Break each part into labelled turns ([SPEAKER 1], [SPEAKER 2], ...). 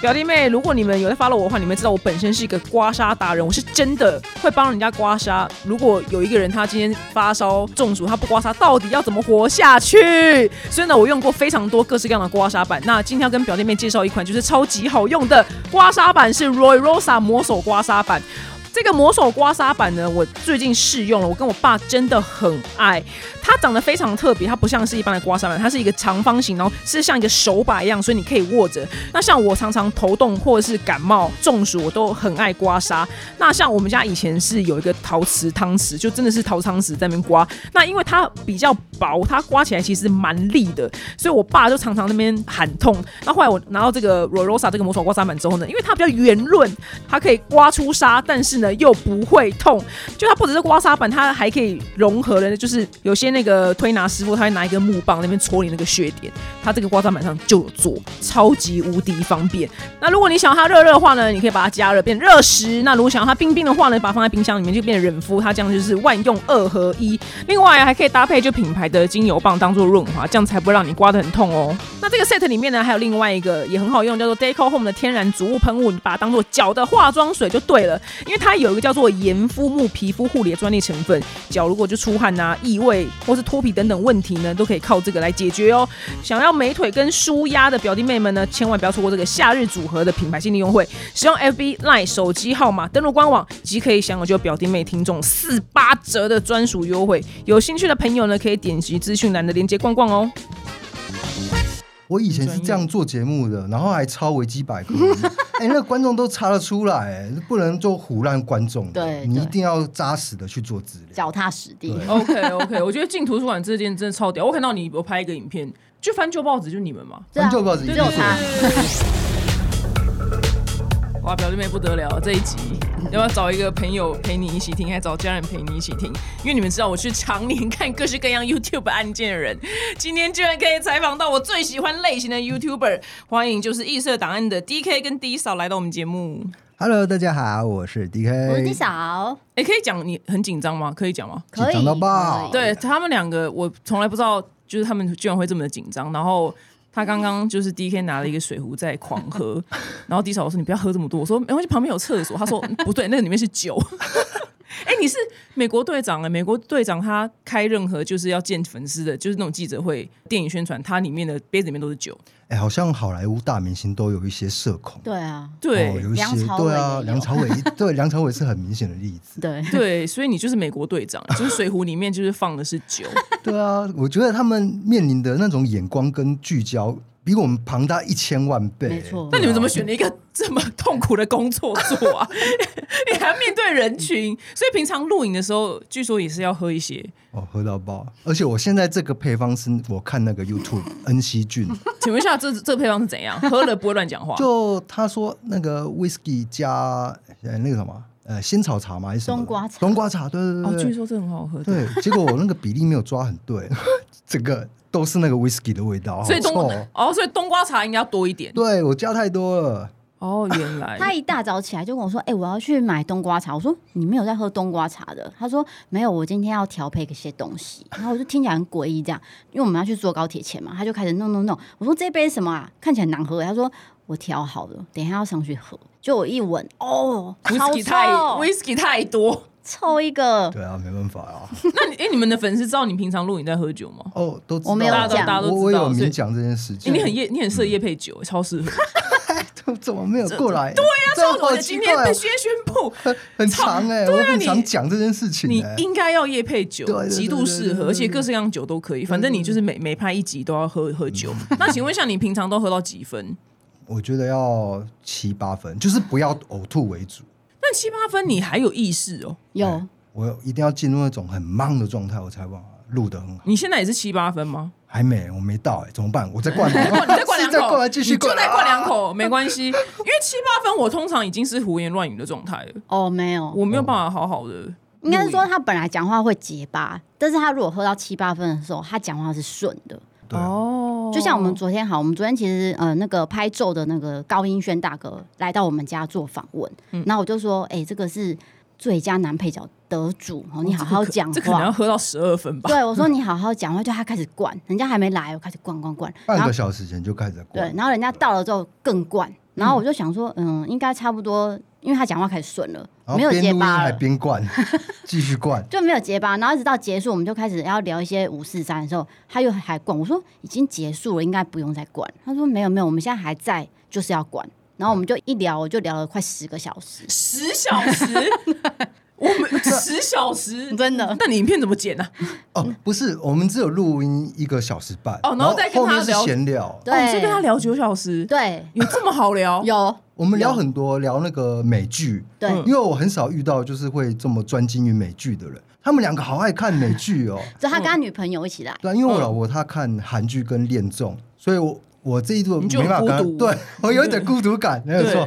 [SPEAKER 1] 表弟妹，如果你们有在 follow 我的话，你们知道我本身是一个刮痧达人，我是真的会帮人家刮痧。如果有一个人他今天发烧中暑，他不刮痧，到底要怎么活下去？所以呢，我用过非常多各式各样的刮痧板。那今天要跟表弟妹介绍一款就是超级好用的刮痧板，是 Roy Rosa 魔手刮痧板。这个魔手刮痧板呢，我最近试用了，我跟我爸真的很爱。它长得非常特别，它不像是一般的刮痧板，它是一个长方形，然后是像一个手把一样，所以你可以握着。那像我常常头痛或者是感冒、中暑，我都很爱刮痧。那像我们家以前是有一个陶瓷汤匙，就真的是陶瓷汤匙在那边刮。那因为它比较薄，它刮起来其实蛮力的，所以我爸就常常那边喊痛。那后来我拿到这个 Rosa 这个魔手刮痧板之后呢，因为它比较圆润，它可以刮出痧，但是呢又不会痛。就它不只是刮痧板，它还可以融合的，就是有些那个推拿师傅他会拿一根木棒那边戳你那个穴点，它这个刮痧板上就有做，超级无敌方便。那如果你想要它热热的话呢，你可以把它加热变热食；那如果想要它冰冰的话呢，把它放在冰箱里面就变忍敷，它这样就是万用二合一。另外还可以搭配就品牌的精油棒当做润滑，这样才不会让你刮得很痛哦。那这个 set 里面呢，还有另外一个也很好用，叫做 Deco Home 的天然植物喷雾，你把它当做脚的化妆水就对了，因为它有一个叫做盐肤木皮肤护理的专利成分，脚如果就出汗啊、异味或是脱皮等等问题呢，都可以靠这个来解决哦。想要美腿跟舒压的表弟妹们呢，千万不要错过这个夏日组合的品牌性利用会，使用 FB Line 手机号码登录官网，即可以享有就表弟妹听众四八折的专属优惠。有兴趣的朋友呢，可以点击资讯栏的链接逛逛哦。
[SPEAKER 2] 我以前是这样做节目的，然后还抄维基 百科，哎、那观众都查得出来、不能就胡乱观众。
[SPEAKER 3] 对
[SPEAKER 2] 你
[SPEAKER 3] 对
[SPEAKER 2] 一定要扎实的去做资料。
[SPEAKER 3] 脚踏实地。哦
[SPEAKER 2] 对
[SPEAKER 1] OK OK，我觉得 进图书馆这件真的超屌。我看到你有拍一个影片，就翻旧报纸，就你们嘛。
[SPEAKER 3] 对啊
[SPEAKER 2] 翻旧报纸
[SPEAKER 3] 只
[SPEAKER 2] 一
[SPEAKER 3] 有
[SPEAKER 2] 定是
[SPEAKER 3] 他。
[SPEAKER 1] 哇，表弟妹不得了，这一集要不要找一个朋友陪你一起听，还找家人陪你一起听？因为你们知道我是常年看各式各样 YouTube 案件的人，今天居然可以采访到我最喜欢类型的 YouTuber，欢迎就是异色档案的 DK 跟 D 嫂来到我们节目。
[SPEAKER 2] Hello，大家好，我是 DK，
[SPEAKER 3] 我是 D 嫂，
[SPEAKER 1] 哎、可以讲你很紧张吗？可以讲吗？
[SPEAKER 3] 可
[SPEAKER 2] 紧
[SPEAKER 3] 以
[SPEAKER 2] 张到爆
[SPEAKER 3] 可以
[SPEAKER 1] 对他们两个，我从来不知道，就是他们居然会这么的紧张。然后他刚刚就是 D K 拿了一个水壶在狂喝，
[SPEAKER 2] 嗯
[SPEAKER 1] 然后 D 嫂说：“你不要喝这么多。”我说：“没关系，旁边有厕所。”他说：“嗯不对，那里面是酒。” 哎、你是美国队长哎、美国队长他开任何就是要见粉丝的，就是那种记者会、电影宣传，它里面的杯子里面都是酒。
[SPEAKER 2] 哎、好像好莱坞大明星都有一些社恐。
[SPEAKER 3] 对啊，
[SPEAKER 1] 对、
[SPEAKER 2] 哦、有一
[SPEAKER 3] 梁
[SPEAKER 2] 些
[SPEAKER 3] 朝
[SPEAKER 2] 对
[SPEAKER 3] 伟也
[SPEAKER 2] 啊，
[SPEAKER 3] 有
[SPEAKER 2] 梁朝伟 对梁朝伟是很明显的例子。
[SPEAKER 3] 对，
[SPEAKER 1] 对，所以你就是美国队长，就是水壶里面就是放的是酒。
[SPEAKER 2] 对啊，我觉得他们面临的那种眼光跟聚焦，比我们庞大一千万倍。
[SPEAKER 3] 没错
[SPEAKER 1] 那你们怎么
[SPEAKER 2] 啊
[SPEAKER 1] 选了一个这么痛苦的工作做啊？ 你还要面对人群，所以平常录影的时候，据说也是要喝一些。
[SPEAKER 2] 哦，喝到爆！而且我现在这个配方是我看那个 YouTube 恩熙俊，
[SPEAKER 1] 请问一下，这这配方是怎样？喝了不会乱讲话？
[SPEAKER 2] 就他说那个 whisky 加呃那个什么呃仙草茶吗？还是什么的
[SPEAKER 3] 冬瓜茶
[SPEAKER 2] 冬瓜茶，对对
[SPEAKER 1] 哦，
[SPEAKER 2] 对
[SPEAKER 1] 据
[SPEAKER 2] 对
[SPEAKER 1] 说这很好喝。对，
[SPEAKER 2] 对。结果我那个比例没有抓很对， 整个都是那个 whisky 的味道，
[SPEAKER 1] 所以
[SPEAKER 2] 好
[SPEAKER 1] 冬
[SPEAKER 2] 臭
[SPEAKER 1] 瓜
[SPEAKER 2] 哦。
[SPEAKER 1] 哦，所以冬瓜茶应该要多一点。
[SPEAKER 2] 对我加太多了，
[SPEAKER 1] 哦，原 来
[SPEAKER 3] 他一大早起来就跟我说：“哎、我要去买冬瓜茶。”我说：“你没有在喝冬瓜茶的？”他说：“没有，我今天要调配一些东西。”然后我就听起来很诡异，这样，因为我们要去坐高铁前嘛，他就开始弄弄弄。我说：“这杯什么啊？看起来很难喝。”他说：“我调好了，等一下要上去喝。”就我一闻，哦，超
[SPEAKER 1] whisky 太
[SPEAKER 3] 臭，
[SPEAKER 1] whisky 太多。
[SPEAKER 3] 臭一个。
[SPEAKER 2] 对啊，没办法啊。
[SPEAKER 1] 那你哎，你们的粉丝知道你平常录影在喝酒吗？
[SPEAKER 2] 哦，都知道
[SPEAKER 3] 我没有
[SPEAKER 2] 大家
[SPEAKER 3] 讲
[SPEAKER 2] 都
[SPEAKER 1] 大家都知道
[SPEAKER 2] 我我有
[SPEAKER 1] 所
[SPEAKER 2] 明
[SPEAKER 1] 以
[SPEAKER 2] 讲这件事
[SPEAKER 1] 哎
[SPEAKER 2] 情。
[SPEAKER 1] 你很夜，你很适合夜配酒，超适合。
[SPEAKER 2] 怎么没有过来？对呀，这
[SPEAKER 1] 我
[SPEAKER 2] 好
[SPEAKER 1] 的今
[SPEAKER 2] 奇怪
[SPEAKER 1] 天
[SPEAKER 2] 哦
[SPEAKER 1] 被宣宣布，
[SPEAKER 2] 很很长哎，
[SPEAKER 1] 对
[SPEAKER 2] 我
[SPEAKER 1] 啊
[SPEAKER 2] 很
[SPEAKER 1] 你
[SPEAKER 2] 常讲这件事情
[SPEAKER 1] 你
[SPEAKER 2] 哎。
[SPEAKER 1] 应该要夜配酒
[SPEAKER 2] 对对，对
[SPEAKER 1] 极度适
[SPEAKER 2] 对对
[SPEAKER 1] 合，
[SPEAKER 2] 对
[SPEAKER 1] 而且各式各样酒都可以。反正你就是每每拍一集都要喝喝酒。
[SPEAKER 2] 嗯
[SPEAKER 1] 那请问一下，你平常都喝到几分？
[SPEAKER 2] 我觉得要七八分，就是不要呕吐为主。
[SPEAKER 1] 那七八分你还有意识哦？
[SPEAKER 3] 有
[SPEAKER 2] 我一定要进入那种很忙的状态，我才把录得很好。
[SPEAKER 1] 你现在也是七八分吗？
[SPEAKER 2] 还没，我没到哎、怎么办？我再 灌吗，
[SPEAKER 1] 你再灌两
[SPEAKER 2] 是再灌
[SPEAKER 1] 口，
[SPEAKER 2] 吗，继续
[SPEAKER 1] 你就
[SPEAKER 2] 灌，
[SPEAKER 1] 再灌两
[SPEAKER 2] 啊。
[SPEAKER 1] 口，没关系。因为七八分我通常已经是胡言乱语的状态了，
[SPEAKER 3] 哦，没有，
[SPEAKER 1] 我没有办法好好
[SPEAKER 2] 哦
[SPEAKER 1] 的。
[SPEAKER 3] 应该是说他本来讲话会结巴，但是他如果喝到七八分的时候，他讲话是顺的。
[SPEAKER 2] 对啊
[SPEAKER 1] 哦，
[SPEAKER 3] 就像我们昨天好，我们昨天其实呃那个拍咒的那个高音轩大哥来到我们家做访问，
[SPEAKER 1] 嗯
[SPEAKER 3] 然后我就说，哎、这个是最佳男配角得主哦，你好好讲
[SPEAKER 1] 这可能要
[SPEAKER 3] 话。
[SPEAKER 1] 喝到十二分吧。
[SPEAKER 3] 对，我说你好好讲话，就他开始灌，人家还没来，我开始灌灌灌，然
[SPEAKER 2] 半
[SPEAKER 3] 后
[SPEAKER 2] 个小时前就开始在
[SPEAKER 3] 对
[SPEAKER 2] 灌，，
[SPEAKER 3] 然后人家到了之后更灌，然后我就想说，嗯，应该差不多，因为他讲话开始顺了，
[SPEAKER 2] 然
[SPEAKER 3] 没
[SPEAKER 2] 后
[SPEAKER 3] 有
[SPEAKER 2] 边
[SPEAKER 3] 结
[SPEAKER 2] 录音
[SPEAKER 3] 巴
[SPEAKER 2] 还
[SPEAKER 3] 了。
[SPEAKER 2] 边灌， 继续灌。
[SPEAKER 3] 就没有结巴，然后一直到结束，我们就开始要聊一些五四三的时候，他又还管我说已经结束了，应该不用再管。他说没有没有，我们现在还在，就是要管。然后我们就一聊，我就聊了快十个小时，
[SPEAKER 1] 十小 时，我们十小时，
[SPEAKER 3] 真的
[SPEAKER 1] 那你影片怎么剪啊呢、
[SPEAKER 3] 嗯
[SPEAKER 2] 哦，不是，我们只有录音一个小时半，
[SPEAKER 1] 哦然
[SPEAKER 2] 然
[SPEAKER 1] 后再跟
[SPEAKER 2] 后
[SPEAKER 1] 他
[SPEAKER 2] 面是
[SPEAKER 1] 聊
[SPEAKER 2] 闲聊。
[SPEAKER 3] 对，
[SPEAKER 1] 哦，你是跟他聊九小时，
[SPEAKER 3] 对，
[SPEAKER 1] 有这么好聊？
[SPEAKER 3] 有
[SPEAKER 2] 我们聊很多，聊那个美剧，
[SPEAKER 3] 对
[SPEAKER 2] 因为我很少遇到就是会这么专精于美剧的人。他们两个好爱看美剧哦，
[SPEAKER 3] 就他跟他女朋友一起来，
[SPEAKER 2] 对啊，因为我老婆她看韩剧跟恋综，所以我我这一度
[SPEAKER 1] 你就
[SPEAKER 2] 没办
[SPEAKER 1] 很
[SPEAKER 2] 法跟
[SPEAKER 1] 孤
[SPEAKER 2] 她，
[SPEAKER 1] 独
[SPEAKER 2] 对我有一点孤独感，没有错，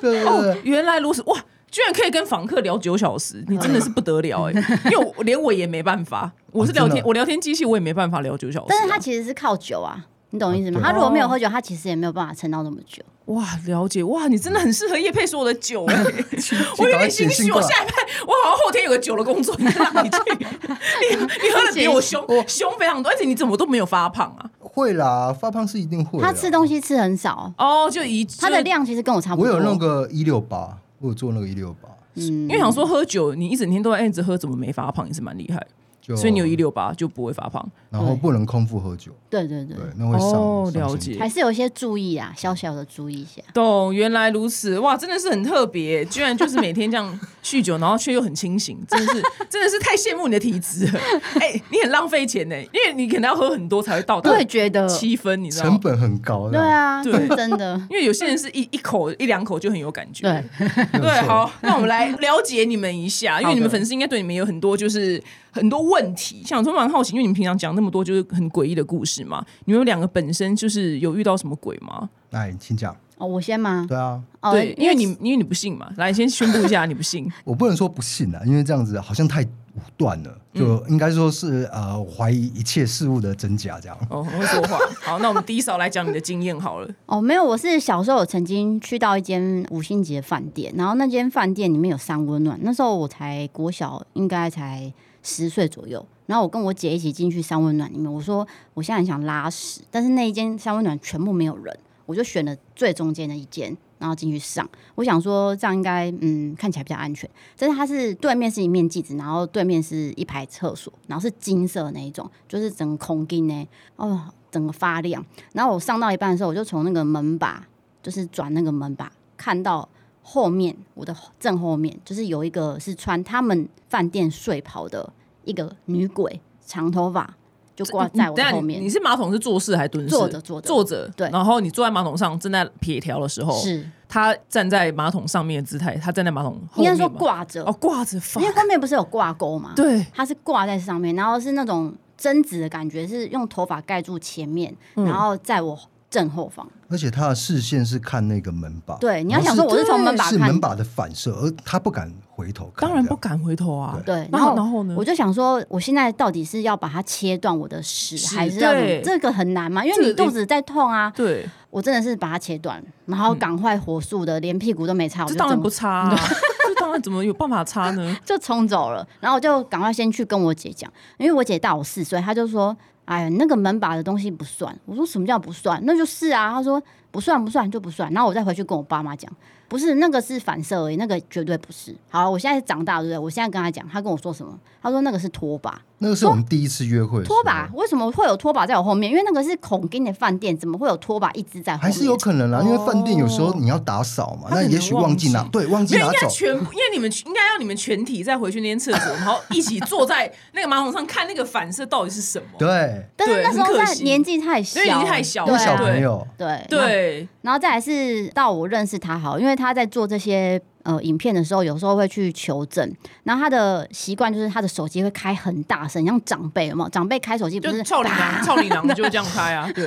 [SPEAKER 2] 对对
[SPEAKER 1] 哦
[SPEAKER 2] 对，，
[SPEAKER 1] 原来如此，哇！居然可以跟访客聊九小时，你真的是不得了哎、因为我连我也没办法，我是聊
[SPEAKER 2] 真
[SPEAKER 1] 天，
[SPEAKER 2] 的
[SPEAKER 1] 我聊天机器我也没办法聊九小时啊、
[SPEAKER 3] 但是他其实是靠酒啊，你懂我意思吗？
[SPEAKER 2] 对
[SPEAKER 3] 他如果没有喝酒，他其实也没有办法撑到那么久。
[SPEAKER 1] 哇，了解哇，你真的很适合叶配所有的酒哎、 我有
[SPEAKER 2] 赶快
[SPEAKER 1] 点
[SPEAKER 2] 写
[SPEAKER 1] 心
[SPEAKER 2] 信
[SPEAKER 1] 虚，
[SPEAKER 2] 过
[SPEAKER 1] 我
[SPEAKER 2] 来
[SPEAKER 1] 下一拜我好像后天有个酒的工作，你让你去，你你喝的比我凶凶非常多，而且你怎么都没有发胖啊？
[SPEAKER 2] 会啦，发胖是一定会的。
[SPEAKER 3] 他吃东西吃很少，
[SPEAKER 1] 哦，就以
[SPEAKER 3] 他的，量其实跟我差不
[SPEAKER 2] 我
[SPEAKER 3] 多。
[SPEAKER 2] 有那个一六八，我有做那个一六八，
[SPEAKER 3] 嗯
[SPEAKER 1] 因为想说喝酒，你一整天都在一哎直喝，怎么没发胖也是蛮厉害，
[SPEAKER 2] 就
[SPEAKER 1] 所以你有一，六八就不会发胖。
[SPEAKER 2] 然后
[SPEAKER 3] 对
[SPEAKER 2] 不能空腹喝酒，
[SPEAKER 3] 对对对
[SPEAKER 2] 对，，那会上
[SPEAKER 1] 哦，
[SPEAKER 2] 上
[SPEAKER 1] 了
[SPEAKER 2] 心
[SPEAKER 1] 解
[SPEAKER 3] 还。是有一些注意啊，小小的注意一下。
[SPEAKER 1] 懂，原来如此，哇，真的是很特别，居然就是每天这样酗酒，然后却又很清醒，真的是 真的是太羡慕你的体质了。哎、你很浪费钱呢，因为你可能要喝很多才会到达
[SPEAKER 3] 我也觉得，
[SPEAKER 1] 七分，你知道
[SPEAKER 2] 成
[SPEAKER 1] 吗？
[SPEAKER 2] 本很高的。
[SPEAKER 3] 对啊，
[SPEAKER 1] 对，
[SPEAKER 3] 是真的
[SPEAKER 1] 因为有些人是一一口一两口就很有感觉。
[SPEAKER 3] 对，
[SPEAKER 2] 没有
[SPEAKER 1] 对，
[SPEAKER 2] 错
[SPEAKER 1] 好，那我们来了解你们一下，因为
[SPEAKER 3] 好的
[SPEAKER 1] 你们粉丝应该对你们有很多就是很多问题，像我说蛮好奇，因为你们平常讲那么多就是很诡异的故事嘛，你们两个本身就是有遇到什么鬼吗？
[SPEAKER 2] 来，请讲。
[SPEAKER 3] 哦，我先吗？
[SPEAKER 2] 对啊，
[SPEAKER 3] 哦，
[SPEAKER 1] 对，因为你因为你不信嘛，来先宣布一下你不信，
[SPEAKER 2] 我不能说不信啊，因为这样子好像太武断了，就应该说是呃，我怀疑一切事物的真假这样。
[SPEAKER 1] 哦，很会说话。 好，那我们第一嫂来讲你的经验好了。
[SPEAKER 3] 哦，没有，我是小时候有曾经去到一间五星级的饭店，然后那间饭店里面有三温暖，那时候我才国小，应该才十岁左右。然后我跟我姐一起进去三温暖里面，我说我现在很想拉屎，但是那一间三温暖全部没有人，我就选了最中间的一间，然后进去上。我想说这样应该嗯看起来比较安全，但是它是对面是一面镜子，然后对面是一排厕所，然后是金色的那一种，就是整个空间呢，哦，整个发亮。然后我上到一半的时候，我就从那个门把，就是转那个门把，看到后面我的正后面，就是有一个是穿他们饭店睡袍的一个女鬼，长头发，就挂在
[SPEAKER 1] 等
[SPEAKER 3] 我的
[SPEAKER 1] 一下
[SPEAKER 3] 后
[SPEAKER 1] 你
[SPEAKER 3] 面
[SPEAKER 1] 你。是马桶是坐式还是蹲式？
[SPEAKER 3] 坐着坐着
[SPEAKER 1] 坐着。
[SPEAKER 3] 对
[SPEAKER 1] 然后你坐在马桶上，正在撇条的时候，
[SPEAKER 3] 是，
[SPEAKER 1] 他站在马桶上面的姿态，他站在马桶后
[SPEAKER 3] 应该
[SPEAKER 1] 面
[SPEAKER 3] 说
[SPEAKER 1] 嘛
[SPEAKER 3] 挂着，
[SPEAKER 1] 哦，挂着放
[SPEAKER 3] 因为。后面不是有挂钩吗？，
[SPEAKER 1] 对，
[SPEAKER 3] 它是挂在上面，然后是那种贞子的感觉，是用头发盖住前面，
[SPEAKER 1] 嗯
[SPEAKER 3] 然后在我正后方。
[SPEAKER 2] 而且他的视线是看那个门把，
[SPEAKER 3] 对你要
[SPEAKER 2] 然后
[SPEAKER 1] 哦
[SPEAKER 3] 想说我是从门把
[SPEAKER 2] 是
[SPEAKER 3] 看
[SPEAKER 2] 门把的反射，而他不敢回头看，
[SPEAKER 1] 当然不敢回头啊。
[SPEAKER 3] 对，
[SPEAKER 1] 然
[SPEAKER 3] 然
[SPEAKER 1] 后
[SPEAKER 3] 后
[SPEAKER 1] 然后呢
[SPEAKER 3] 我就想说，我现在到底是要把它切断我的屎，
[SPEAKER 1] 是
[SPEAKER 3] 还是要怎么
[SPEAKER 1] 对
[SPEAKER 3] 这个很难嘛？因
[SPEAKER 1] 这
[SPEAKER 3] 为
[SPEAKER 1] 个
[SPEAKER 3] 你肚子在痛啊，
[SPEAKER 1] 对，
[SPEAKER 3] 我真的是把它切断，然后赶快火速的，连屁股都没擦，我
[SPEAKER 1] 嗯这
[SPEAKER 3] 就
[SPEAKER 1] 当然
[SPEAKER 3] 这么
[SPEAKER 1] 不差啊， 这当然怎么有办法差 呢？
[SPEAKER 3] 就冲走了。然后我就赶快先去跟我姐讲，因为我姐大我四岁，她就说：“哎呀，那个门把的东西不算。”我说：“什么叫不算？那就是啊。”她说：“不算，不算就不算。”然后我再回去跟我爸妈讲，不是那个是反射而已，那个绝对不是。好，我现在长大了对不对？我现在跟她讲，她跟我说什么？她说那个是拖把，
[SPEAKER 2] 那个是我们第一次约会的时候
[SPEAKER 3] 拖把为什么会有拖把在我后面？因为那个是孔丁的饭店，怎么会有拖把一直在后
[SPEAKER 2] 还
[SPEAKER 3] 面？
[SPEAKER 2] 是有可能啦，因为
[SPEAKER 1] 哦
[SPEAKER 2] 饭店有时候你要打扫嘛，
[SPEAKER 3] 哦
[SPEAKER 1] 他可
[SPEAKER 2] 那
[SPEAKER 1] 能
[SPEAKER 2] 也许忘记拿，
[SPEAKER 1] 忘记
[SPEAKER 2] 对，忘记
[SPEAKER 1] 没有，
[SPEAKER 2] 拿
[SPEAKER 1] 应该
[SPEAKER 2] 走，
[SPEAKER 1] 全部，因为你们应该要你们全体再回去那间厕所，然后一起坐在那个马桶上看那个反射到底是什么。
[SPEAKER 2] 对，
[SPEAKER 3] 但是
[SPEAKER 1] 对
[SPEAKER 3] 那时候
[SPEAKER 1] 很可
[SPEAKER 3] 在
[SPEAKER 1] 惜
[SPEAKER 3] 年纪太小
[SPEAKER 1] 因为
[SPEAKER 3] 了，
[SPEAKER 1] 年纪太小
[SPEAKER 2] 因
[SPEAKER 3] 对
[SPEAKER 2] 为
[SPEAKER 1] 了
[SPEAKER 2] 小
[SPEAKER 3] 啊
[SPEAKER 2] 朋友
[SPEAKER 3] 对
[SPEAKER 1] 对，
[SPEAKER 3] 然后再来是到我认识他好，因为他在做这些呃影片的时候，有时候会去求证。然后他的习惯就是他的手机会开很大声，像长辈有没有？长辈开手机不？
[SPEAKER 1] 就是臭你娘，臭你娘就这样开啊！对，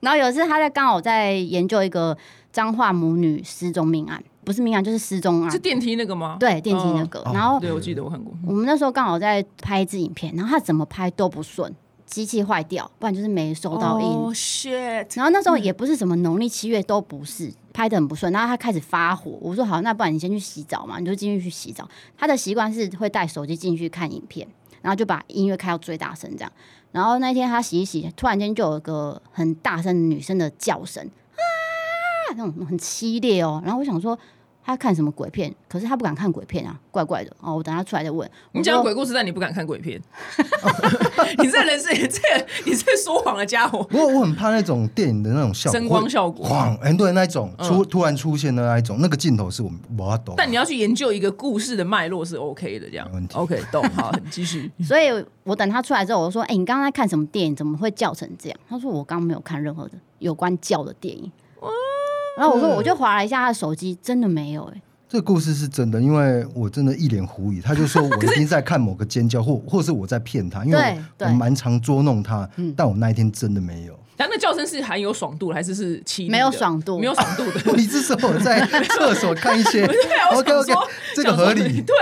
[SPEAKER 3] 然后有一次他在刚好在研究一个彰化母女失踪命案，不是命案就是失踪
[SPEAKER 1] 是嗯
[SPEAKER 3] 案，
[SPEAKER 1] 电梯那个吗？
[SPEAKER 3] 嗯对，电梯那个。
[SPEAKER 2] 哦
[SPEAKER 3] 然后
[SPEAKER 1] 对，我记得我看过。
[SPEAKER 3] 我们那时候刚好在拍一支影片，然后他怎么拍都不顺，机器坏掉，不然就是没收到音。
[SPEAKER 1] 哦 shit！
[SPEAKER 3] 然后那时候也不是什么农历七月都不是，拍的很不顺。然后他开始发火，我说好，那不然你先去洗澡嘛，你就进去去洗澡。他的习惯是会带手机进去看影片，然后就把音乐开到最大声这样。然后那天他洗一洗，突然间就有一个很大声的女生的叫声。啊！那种很凄烈哦。然后我想说。他看什么鬼片？可是他不敢看鬼片啊，怪怪的哦。我等他出来再问。
[SPEAKER 1] 你
[SPEAKER 3] 我
[SPEAKER 1] 讲
[SPEAKER 3] 说
[SPEAKER 1] 鬼故事，但你不敢看鬼 片，你这人是你这你这说谎的家伙。
[SPEAKER 2] 不过我很怕那种电影的那种效果，
[SPEAKER 1] 声光效果
[SPEAKER 2] 晃，哎，对，那一种
[SPEAKER 1] 嗯
[SPEAKER 2] 出突然出现的那一种，那个镜头是我我要懂。
[SPEAKER 1] 但你要去研究一个故事的脉络是 OK 的，这样
[SPEAKER 2] 没问题
[SPEAKER 1] OK 懂好，你继 续。
[SPEAKER 3] 所以我等他出来之后，我说：“哎、你刚刚在看什么电影？怎么会叫成这样？”他说：“我刚没有看任何的有关叫的电影。”然后我说：“我就划了一下他的手机，真的没有、哎，
[SPEAKER 2] 这个故事是真的，因为我真的一脸狐疑，他 就说我一定在看某个尖叫，或或是我在骗他，因为我
[SPEAKER 3] 对
[SPEAKER 2] 我
[SPEAKER 3] 对
[SPEAKER 2] 蛮常捉弄他
[SPEAKER 3] 嗯，
[SPEAKER 2] 但我那一天真的没有。
[SPEAKER 1] 但那叫声是含有爽度的还是是凄厉的
[SPEAKER 3] 没有爽度
[SPEAKER 1] 没有爽度的。
[SPEAKER 2] 你是说我在厕所看一些
[SPEAKER 1] 对 啊，我
[SPEAKER 2] ？OK
[SPEAKER 1] 想
[SPEAKER 2] OK，
[SPEAKER 1] 说
[SPEAKER 2] 这个合
[SPEAKER 1] 想说
[SPEAKER 2] 理。
[SPEAKER 1] 对，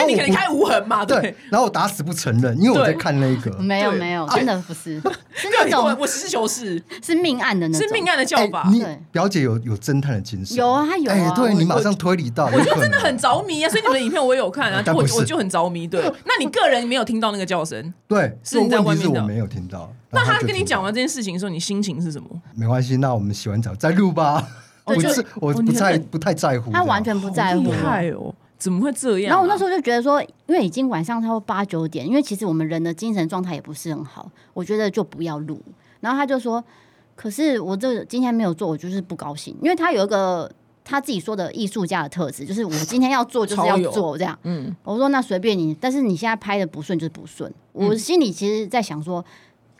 [SPEAKER 1] 然
[SPEAKER 2] 后
[SPEAKER 1] 后你
[SPEAKER 2] 我
[SPEAKER 1] 可能
[SPEAKER 2] 不
[SPEAKER 1] 开无痕嘛，
[SPEAKER 2] 对
[SPEAKER 1] 对。，
[SPEAKER 2] 然后我打死不承认，因为我在
[SPEAKER 1] 对
[SPEAKER 2] 看那个。
[SPEAKER 3] 没有，
[SPEAKER 1] 对哎
[SPEAKER 3] 没有，真的 不是，是那
[SPEAKER 1] 对，我
[SPEAKER 3] 种
[SPEAKER 1] 我实事求是，
[SPEAKER 3] 是命案的那种，
[SPEAKER 1] 是命案的叫法。
[SPEAKER 2] 哎你
[SPEAKER 3] 对
[SPEAKER 2] 表姐有有侦探的精神，
[SPEAKER 3] 有啊，他有
[SPEAKER 2] 哎、
[SPEAKER 3] 啊，
[SPEAKER 2] 对你马上推理到，我，
[SPEAKER 1] 我觉得真的很着迷啊，所以你们的影片我也有看啊
[SPEAKER 2] 但
[SPEAKER 1] 我
[SPEAKER 2] 不是
[SPEAKER 1] 我就很着迷。对，那你个人没有听到那个叫声，
[SPEAKER 2] 对，
[SPEAKER 1] 是你在
[SPEAKER 2] 问
[SPEAKER 1] 外
[SPEAKER 2] 题是
[SPEAKER 1] 面
[SPEAKER 2] 我
[SPEAKER 1] 的
[SPEAKER 2] 没有听到。
[SPEAKER 1] 那
[SPEAKER 2] 然后
[SPEAKER 1] 他
[SPEAKER 2] 就
[SPEAKER 1] 跟你
[SPEAKER 2] 听
[SPEAKER 1] 讲
[SPEAKER 2] 到
[SPEAKER 1] 完这件事情的时候，你心情是什么？
[SPEAKER 2] 没关系，那我们洗完澡再录吧。我
[SPEAKER 3] 对
[SPEAKER 2] 不
[SPEAKER 3] 就是
[SPEAKER 2] 我
[SPEAKER 1] 哦
[SPEAKER 2] 不
[SPEAKER 1] 你很
[SPEAKER 2] 太
[SPEAKER 1] 冷
[SPEAKER 2] 不太在乎这样，
[SPEAKER 3] 他完全不在乎
[SPEAKER 1] 好厉。害哦，怎么会这样啊？
[SPEAKER 3] 然后我那时候就觉得说，因为已经晚上差不多八九点，因为其实我们人的精神状态也不是很好，我觉得就不要录。然后他就说，可是我这今天没有做，我就是不高兴，因为他有一个他自己说的艺术家的特质，就是我今天要做就是要
[SPEAKER 1] 超有
[SPEAKER 3] 做这样。
[SPEAKER 1] 嗯，
[SPEAKER 3] 我说那随便你，但是你现在拍的不顺就是不顺。
[SPEAKER 1] 嗯
[SPEAKER 3] 我心里其实在想说，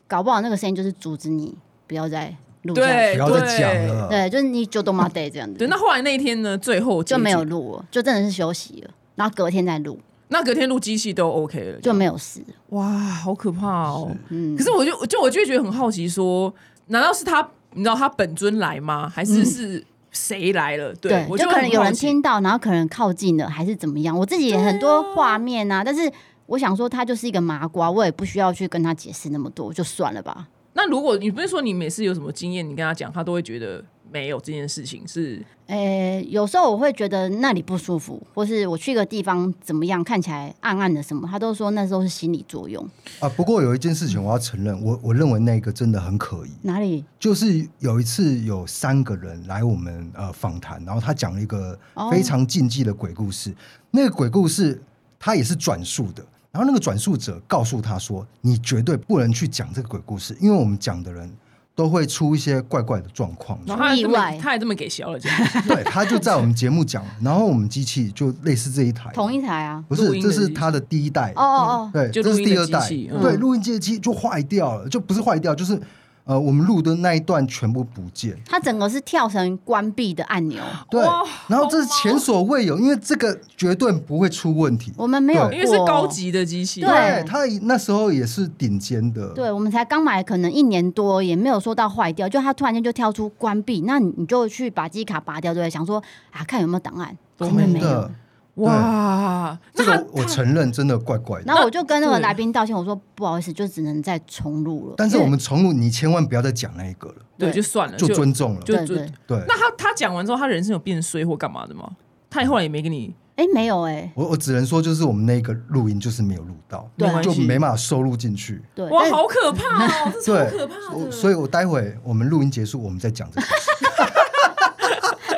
[SPEAKER 3] 搞不好那个声音就是阻止你不要再录下去。
[SPEAKER 1] 对
[SPEAKER 2] 不要再讲了。
[SPEAKER 3] 对，就是你就都妈 day 这样子
[SPEAKER 1] 对，，那后来那一天呢？最后
[SPEAKER 3] 就
[SPEAKER 1] 结
[SPEAKER 3] 没有
[SPEAKER 1] 局，
[SPEAKER 3] 录了，就真的是休息了，然后隔天再录
[SPEAKER 1] 那隔天录机器都 OK 了，
[SPEAKER 3] 就没有事。
[SPEAKER 1] 哇，好可怕哦。
[SPEAKER 3] 嗯
[SPEAKER 1] 可，是我就就我就会觉得很好奇说难道是他？你知道他本尊来吗？还是是谁来了？对，我
[SPEAKER 3] 嗯就
[SPEAKER 1] 会
[SPEAKER 3] 可能
[SPEAKER 1] 很
[SPEAKER 3] 有
[SPEAKER 1] 好
[SPEAKER 3] 人
[SPEAKER 1] 奇
[SPEAKER 3] 听到，然后可能靠近了，还是怎么样？我自己也很多画面啊，但是我想说，他就是一个麻瓜，我也不需要去跟他解释那么多，就算了吧。
[SPEAKER 1] 那如果你不是说你每次有什么经验，你跟他讲，他都会觉得没有这件事情是
[SPEAKER 3] 诶、有时候我会觉得那里不舒服，或是我去一个地方怎么样，看起来暗暗的什么，他都说那时候是心理作用。
[SPEAKER 2] 啊，不过有一件事情我要承认，我我认为那个真的很可疑。
[SPEAKER 3] 哪里？
[SPEAKER 2] 就是有一次有三个人来我们呃访谈，然后他讲了一个
[SPEAKER 3] 哦
[SPEAKER 2] 非常禁忌的鬼故事。那个鬼故事他也是转述的，然后那个转述者告诉他说：“你绝对不能去讲这个鬼故事，因为我们讲的人都会出一些怪怪的状况。”
[SPEAKER 1] 然后他还这么
[SPEAKER 3] 意外
[SPEAKER 1] 他还这么给小了，这样
[SPEAKER 2] 对，他就在我们节目讲，然后我们机器就类似这一台，
[SPEAKER 3] 同一台啊？
[SPEAKER 2] 不
[SPEAKER 1] 录
[SPEAKER 2] 是，
[SPEAKER 1] 音
[SPEAKER 2] 这
[SPEAKER 1] 的
[SPEAKER 2] 是
[SPEAKER 1] 机
[SPEAKER 2] 他的第一代
[SPEAKER 3] 哦哦哦，
[SPEAKER 2] 对，
[SPEAKER 1] 就
[SPEAKER 2] 这
[SPEAKER 1] 录
[SPEAKER 2] 是
[SPEAKER 1] 音的
[SPEAKER 2] 第二
[SPEAKER 1] 机
[SPEAKER 2] 代，
[SPEAKER 1] 器
[SPEAKER 2] 对，
[SPEAKER 3] 嗯
[SPEAKER 2] 录音机的机就坏掉了，就不是坏掉，就是呃，我们录的那一段全部不见。
[SPEAKER 3] 他整个是跳成关闭的按钮，
[SPEAKER 2] 对
[SPEAKER 1] 哇，
[SPEAKER 2] 然后这是前所未有，因为这个绝对不会出问题。
[SPEAKER 3] 我们没有
[SPEAKER 2] 对
[SPEAKER 1] 因为是
[SPEAKER 3] 过
[SPEAKER 1] 高级的机器，
[SPEAKER 3] 对
[SPEAKER 2] 他那时候也是顶尖的，
[SPEAKER 3] 对，我们才刚买，可能一年多，也没有说到坏掉，就它突然间就跳出关闭，那你你就去把机卡拔掉，对不对？想说啊，看有没有档案，
[SPEAKER 1] 都
[SPEAKER 3] 真的没有。
[SPEAKER 2] 的，
[SPEAKER 1] 哇，
[SPEAKER 2] 这
[SPEAKER 1] 那
[SPEAKER 2] 个
[SPEAKER 1] 他
[SPEAKER 2] 我承认真的怪怪的。
[SPEAKER 3] 然后我就跟那个
[SPEAKER 1] 对
[SPEAKER 3] 来宾道歉，我说不好意思，就只能再重录了。
[SPEAKER 2] 但是
[SPEAKER 3] 因
[SPEAKER 2] 我
[SPEAKER 3] 为
[SPEAKER 2] 们重录，你千万不要再讲那一个了，
[SPEAKER 1] 对
[SPEAKER 3] 对
[SPEAKER 1] 就算了，
[SPEAKER 2] 就
[SPEAKER 1] 就
[SPEAKER 2] 尊重了。
[SPEAKER 1] 就
[SPEAKER 3] 对对，
[SPEAKER 2] 对，
[SPEAKER 1] 那他他讲完之后，他人生有变衰或干嘛的吗？他后来也没跟你，
[SPEAKER 3] 哎没有哎，
[SPEAKER 2] 我我只能说，就是我们那个录音就是没有录到，
[SPEAKER 3] 对
[SPEAKER 1] 没关
[SPEAKER 2] 就
[SPEAKER 1] 系
[SPEAKER 2] 没办法收录进去。
[SPEAKER 3] 对，
[SPEAKER 1] 哇，
[SPEAKER 3] 但
[SPEAKER 1] 好可怕哦，这超
[SPEAKER 2] 对
[SPEAKER 1] 可怕
[SPEAKER 2] 我
[SPEAKER 1] 的。
[SPEAKER 2] 所以，我待会我们录音结束，我们再讲这个。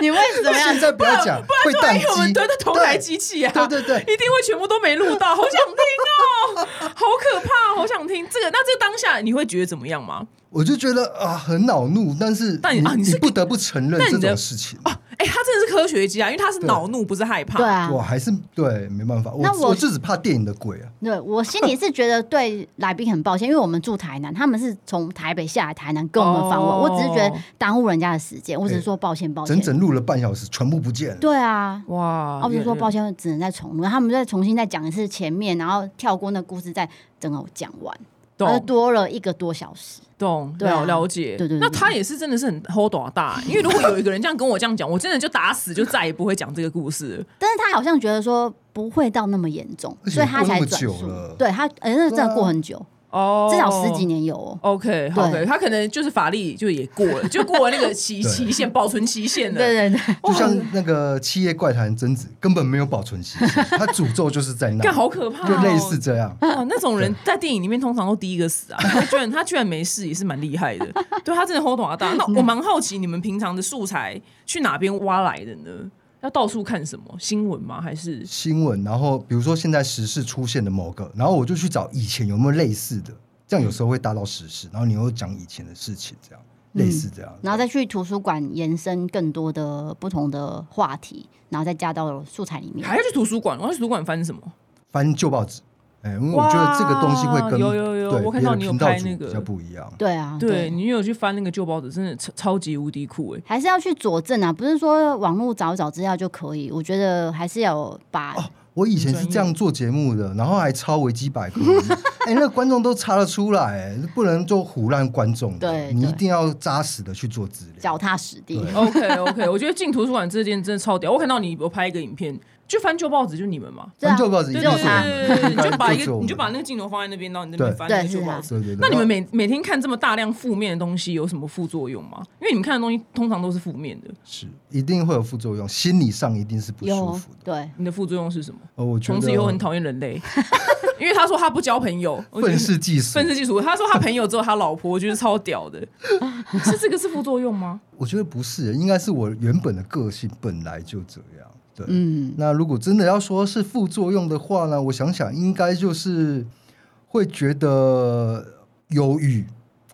[SPEAKER 3] 你为 什么
[SPEAKER 2] 现在不要讲，会
[SPEAKER 1] 哎
[SPEAKER 2] 宕
[SPEAKER 1] 我们
[SPEAKER 2] 机。
[SPEAKER 1] 都是同台机器啊，
[SPEAKER 2] 对对对对
[SPEAKER 1] 一定会全部都没录到，好想听哦，好可怕，哦好想听这个。那这当下你会觉得怎么样吗？
[SPEAKER 2] 我就觉得啊，很恼怒，但是
[SPEAKER 1] 但啊你是
[SPEAKER 2] 不得不承认
[SPEAKER 1] 但
[SPEAKER 2] 这
[SPEAKER 1] 你的
[SPEAKER 2] 种事情。
[SPEAKER 1] 哎、他真的是科学家，因为他是恼怒，不是害怕。
[SPEAKER 3] 对啊
[SPEAKER 2] 我？还是对没办法，我
[SPEAKER 3] 那我
[SPEAKER 2] 我就只怕电影的鬼啊。
[SPEAKER 3] 对我心里是觉得对来宾很抱歉，因为我们住台南，他们是从台北下来台南跟我们访问，我只是觉得耽误人家的时间，我只是说抱歉
[SPEAKER 1] 哦
[SPEAKER 3] 抱歉
[SPEAKER 2] 整。整录了半小时，全部不见了。
[SPEAKER 3] 对啊，
[SPEAKER 1] 哇
[SPEAKER 3] 哦，不是说
[SPEAKER 2] 嗯
[SPEAKER 3] 抱歉，只能再重录，他们再重新再讲一次前面，然后跳过那故事，再整个讲完，而
[SPEAKER 1] 懂
[SPEAKER 3] 多了一个多小时。
[SPEAKER 1] 懂
[SPEAKER 3] 对啊
[SPEAKER 1] 了了解，
[SPEAKER 3] 对对对
[SPEAKER 1] 那他也是真的是很 hold 多大，因为如果有一个人这样跟我这样讲，我真的就打死就再也不会讲这个故事了。
[SPEAKER 3] 但是他好像觉得说不会到那么严重，
[SPEAKER 2] 而且
[SPEAKER 3] 所以他
[SPEAKER 2] 过
[SPEAKER 3] 才
[SPEAKER 2] 那么
[SPEAKER 3] 转
[SPEAKER 2] 久
[SPEAKER 3] 述
[SPEAKER 2] 了。啊
[SPEAKER 3] 对他，哎、那真
[SPEAKER 2] 对啊
[SPEAKER 3] 的过很久，
[SPEAKER 1] 哦，
[SPEAKER 3] 至少十几。年有哦。
[SPEAKER 1] OK，好
[SPEAKER 3] 对
[SPEAKER 1] 的，他可能就是法力就也过了，就过了那个期
[SPEAKER 2] 对
[SPEAKER 1] 期限保存期
[SPEAKER 2] 啊
[SPEAKER 1] 限了。
[SPEAKER 3] 对对对，
[SPEAKER 2] 就像那个《七夜怪谈》贞子根本没有保存期 限，他诅咒就是在那，
[SPEAKER 1] 干好可怕、哦，
[SPEAKER 2] 就类似这样。
[SPEAKER 1] 哇，那种人在电影里面通常都第一个死啊，他居然他居然没事，也是蛮厉害的。 对他真的 hold 啊大。那我蛮好奇，你们平常的素材去哪边挖来的呢？要到处看什么新闻吗？还是
[SPEAKER 2] 新闻，然后比如说现在时事出现的某个，然后我就去找以前有没有类似的，这样有时候会搭到时事，然后你又讲以前的事情，这样
[SPEAKER 1] 嗯
[SPEAKER 2] 类似这样，
[SPEAKER 3] 然后再去图书馆延伸更多的不同的话题，然后再加到素材里面。
[SPEAKER 1] 还要去图书馆？我要去图书馆翻什么？
[SPEAKER 2] 翻旧报纸。哎，因为
[SPEAKER 1] 哇
[SPEAKER 2] 我觉得这个东西会跟
[SPEAKER 1] 有有有
[SPEAKER 2] 对
[SPEAKER 1] 我看
[SPEAKER 2] 别
[SPEAKER 1] 到
[SPEAKER 2] 的
[SPEAKER 1] 你有
[SPEAKER 2] 频道
[SPEAKER 1] 拍
[SPEAKER 2] 主
[SPEAKER 1] 那个
[SPEAKER 2] 比较不一样。
[SPEAKER 3] 对啊，
[SPEAKER 1] 对你有去翻那个旧报纸，真的超超级无敌酷哎、
[SPEAKER 3] 还是要去佐证啊，不是说网络找一找资料就可以。我觉得还是要把、
[SPEAKER 2] 哦我以前是这样做节目的，然后还抄维基百科， 哎，那观众都查得出来，不能做胡乱观众的。
[SPEAKER 3] 对
[SPEAKER 2] 你
[SPEAKER 3] 对
[SPEAKER 2] 一定要扎实的去做资料
[SPEAKER 3] 脚。踏实地。
[SPEAKER 2] 对
[SPEAKER 1] OK OK，我觉得进图书馆这件真的超屌。我看到你有拍一个影片，就翻旧报纸，就你们嘛。
[SPEAKER 3] 对啊
[SPEAKER 2] 翻旧报纸一
[SPEAKER 1] 对
[SPEAKER 2] 定
[SPEAKER 1] 对
[SPEAKER 3] 有
[SPEAKER 2] 是我
[SPEAKER 3] 他
[SPEAKER 2] 们，
[SPEAKER 1] 对，你就把一
[SPEAKER 2] 就是
[SPEAKER 1] 个
[SPEAKER 2] 我们
[SPEAKER 1] 你就把那个镜头放在那边，然后你在那边
[SPEAKER 2] 对
[SPEAKER 1] 翻那个
[SPEAKER 3] 对是
[SPEAKER 1] 旧报
[SPEAKER 3] 啊
[SPEAKER 1] 纸。
[SPEAKER 2] 对对对。
[SPEAKER 1] 那你们每每天看这么大量负面的东西，有什么副作用吗？因为你们看的东西通常都是负面的，
[SPEAKER 2] 是一定会有副作用，心理上一定是不舒
[SPEAKER 3] 有哦
[SPEAKER 2] 服的。
[SPEAKER 3] 对，
[SPEAKER 1] 你的副作用是什么？
[SPEAKER 2] 呃，我觉
[SPEAKER 1] 从
[SPEAKER 2] 得
[SPEAKER 1] 此以后很讨厌人 类，因为他说他不交朋友，我觉得
[SPEAKER 2] 愤世嫉俗
[SPEAKER 1] 愤。世嫉俗。他说他朋友只有他老婆，我觉得超屌 的。是这个是副作用吗？
[SPEAKER 2] 我觉得不是，应该是我原本的个性本来就这样。对，
[SPEAKER 3] 嗯，
[SPEAKER 2] 那如果真的要说是副作用的话呢，我想想，应该就是会觉得忧郁。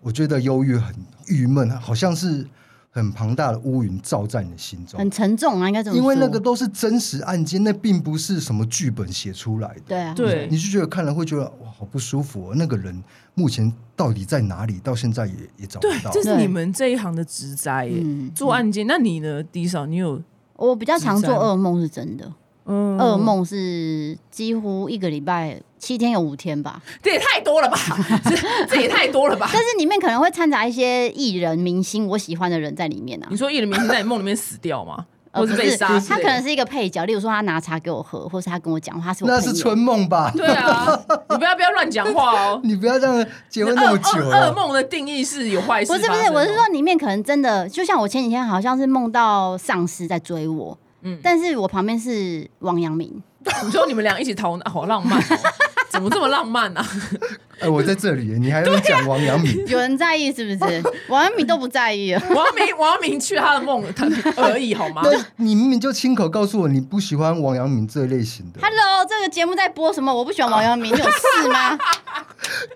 [SPEAKER 2] 我觉得忧郁很郁闷，好像是很庞大的乌云罩在你的心中
[SPEAKER 3] 很。沉重啊，应该怎么说？
[SPEAKER 2] 因为那个都是真实案件，那并不是什么剧本写出来的。
[SPEAKER 3] 对啊，
[SPEAKER 1] 对
[SPEAKER 2] 你就觉得看了会觉得哇，好不舒服、哦。那个人目前到底在哪里？到现在也也找不
[SPEAKER 1] 对，
[SPEAKER 2] 到
[SPEAKER 1] 这。是
[SPEAKER 3] 对
[SPEAKER 1] 你们这一行的职灾耶。
[SPEAKER 3] 嗯
[SPEAKER 1] 做案件，那你呢？迪嫂，你有
[SPEAKER 3] 我比较常做
[SPEAKER 1] 自残
[SPEAKER 3] 噩梦，是真的。
[SPEAKER 1] 嗯
[SPEAKER 3] 噩？梦是几乎一个礼拜七天有五天吧，
[SPEAKER 1] 这也太 多了吧？这这也太多了吧
[SPEAKER 3] 但？是里面可能会掺杂一些艺人、明星，我喜欢的人在里面啊
[SPEAKER 1] 你。说艺人明星在你梦里面死掉 吗？
[SPEAKER 3] 呃
[SPEAKER 1] 或
[SPEAKER 3] 不
[SPEAKER 1] 是被杀之
[SPEAKER 3] 他
[SPEAKER 1] 类
[SPEAKER 3] 可
[SPEAKER 1] 的？
[SPEAKER 3] 能是一个配角，例如说他拿茶给我喝，或是他跟我讲话，他是我
[SPEAKER 2] 那
[SPEAKER 3] 朋
[SPEAKER 2] 是
[SPEAKER 3] 友
[SPEAKER 2] 春梦吧？。
[SPEAKER 1] 对啊，你不要不要乱讲话哦
[SPEAKER 2] 你不要这样 结婚那
[SPEAKER 1] 噩
[SPEAKER 2] 么久
[SPEAKER 1] 噩噩
[SPEAKER 2] 了。
[SPEAKER 1] 梦的定义是有坏事
[SPEAKER 3] 不
[SPEAKER 1] 发
[SPEAKER 3] 是
[SPEAKER 1] 生
[SPEAKER 3] 不
[SPEAKER 1] 哦，
[SPEAKER 3] 是，我是说里面可能真的，就像我前几天好像是梦到丧尸在追我，
[SPEAKER 1] 嗯
[SPEAKER 3] 但是我旁边是王阳明，
[SPEAKER 1] 你说你们俩一起逃难，好浪漫、哦，怎么这么浪漫啊？
[SPEAKER 2] 哎，我在这里，你还要讲王阳明？
[SPEAKER 3] 有人在意是 不是？王阳明都不在意了，
[SPEAKER 1] 王明，王明去他的梦 他而已，好吗？
[SPEAKER 2] 但你明明就亲口告诉我你不喜欢王阳明这类型的。
[SPEAKER 3] Hello，这个节目在播什么？我不喜欢王阳明，你有事 吗？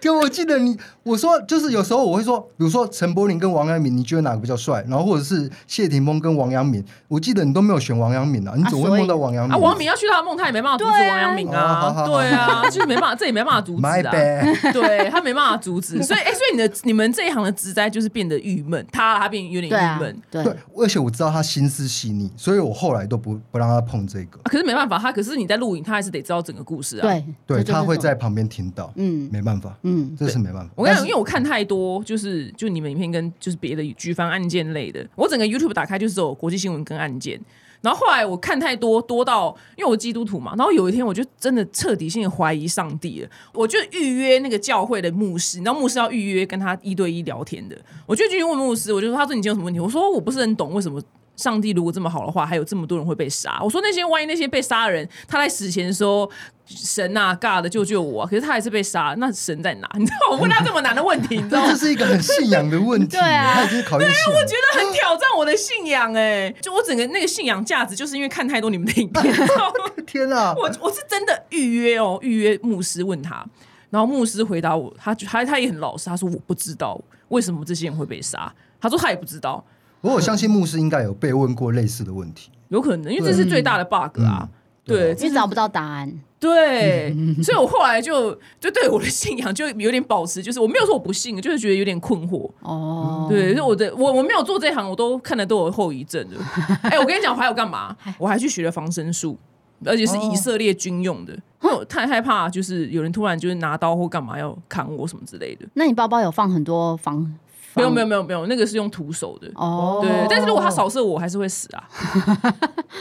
[SPEAKER 2] 可我记得你，我说就是有时候我会说，比如说陈柏霖跟王阳明，你觉得哪个比较帅？然后或者是谢霆锋跟王阳明，我记得你都没有选王阳明啊，你总会
[SPEAKER 3] 所以
[SPEAKER 2] 梦到王阳明。
[SPEAKER 1] 啊，王明要去他的梦，他也没办法阻止王阳明
[SPEAKER 2] 对啊哦好
[SPEAKER 1] 啊，
[SPEAKER 2] 好好
[SPEAKER 1] 对啊， 就是没办法，这也没办法阻止
[SPEAKER 2] ，My
[SPEAKER 1] 啊，
[SPEAKER 2] bad。
[SPEAKER 1] 对他没办法阻止，所以哎、所以你的你们这一行的职灾就是变得郁闷，他他变有点
[SPEAKER 3] 对啊
[SPEAKER 1] 郁闷、，
[SPEAKER 3] 对
[SPEAKER 2] 对，而且我知道他心思细腻，所以我后来都不不让他碰这个
[SPEAKER 1] 啊。可是没办法，他可是你在录影，他还是得知道整个故事啊。
[SPEAKER 3] 对，
[SPEAKER 2] 对
[SPEAKER 3] 这就是
[SPEAKER 2] 他会
[SPEAKER 3] 这种
[SPEAKER 2] 在旁边听到，
[SPEAKER 3] 嗯
[SPEAKER 2] 没办法，
[SPEAKER 3] 嗯，
[SPEAKER 2] 这是没办法。
[SPEAKER 1] 我跟你讲，
[SPEAKER 2] 但
[SPEAKER 1] 因
[SPEAKER 2] 是
[SPEAKER 1] 为我看太多，就是就你们影片跟就是别的举凡案件类的，我整个 YouTube 打开就是只有国际新闻跟案件。然后后来我看太多，多到因为我基督徒嘛，然后有一天我就真的彻底性的怀疑上帝了。我就预约那个教会的牧师，你知道牧师要预约跟他一对一聊天的，我就去问牧师，我就说哦他说你今天有什么问题？我说我不是很懂为什么。上帝如果这么好的话，还有这么多人会被杀。我说那些万一那些被杀的人，他在死前说神啊，God 救救我、啊，可是他还是被杀，那神在哪？ 你知道我问他这么难的问题，你 知道吗
[SPEAKER 2] 那？这是一个很信仰的 问题，
[SPEAKER 3] 对啊
[SPEAKER 2] 他已经考验信仰。
[SPEAKER 1] 觉得很挑战我的信仰哎、就我整个那个信仰价值，就是因为看太多你们的影片，然后
[SPEAKER 2] 天啊！
[SPEAKER 1] 我我是真的预约哦，预约牧师问他，然后牧师回答我，他就他他也很老实，他说我不知道为什么这些人会被杀，他说他也不知道，
[SPEAKER 2] 不过我相信牧师应该有被问过类似的问题。
[SPEAKER 1] 有可能因为这是最大的 bug 啊。对，
[SPEAKER 3] 因
[SPEAKER 1] 这
[SPEAKER 3] 为
[SPEAKER 1] 是
[SPEAKER 3] 找不到答案，
[SPEAKER 1] 对，所以我后来就就对我的信仰就有点保持，就是我没有说我不信，就是觉得有点困惑。
[SPEAKER 2] 嗯
[SPEAKER 3] 哦，
[SPEAKER 1] 对，就我的我我没有做这一行，我都看的都有后遗 症的。哎、我跟你讲，我还有干嘛？我还去学了防身术，而且是
[SPEAKER 3] 哦
[SPEAKER 1] 以色列军用的，因为我太害怕，就是有人突然就是拿刀或干嘛要砍我什么之类的。
[SPEAKER 3] 那你包包有放很多防？
[SPEAKER 1] 没有没
[SPEAKER 3] 有
[SPEAKER 1] 有没有没有，那个是用徒手的。
[SPEAKER 3] 哦，
[SPEAKER 1] 对，但是如果他扫射我，我还是会死啊。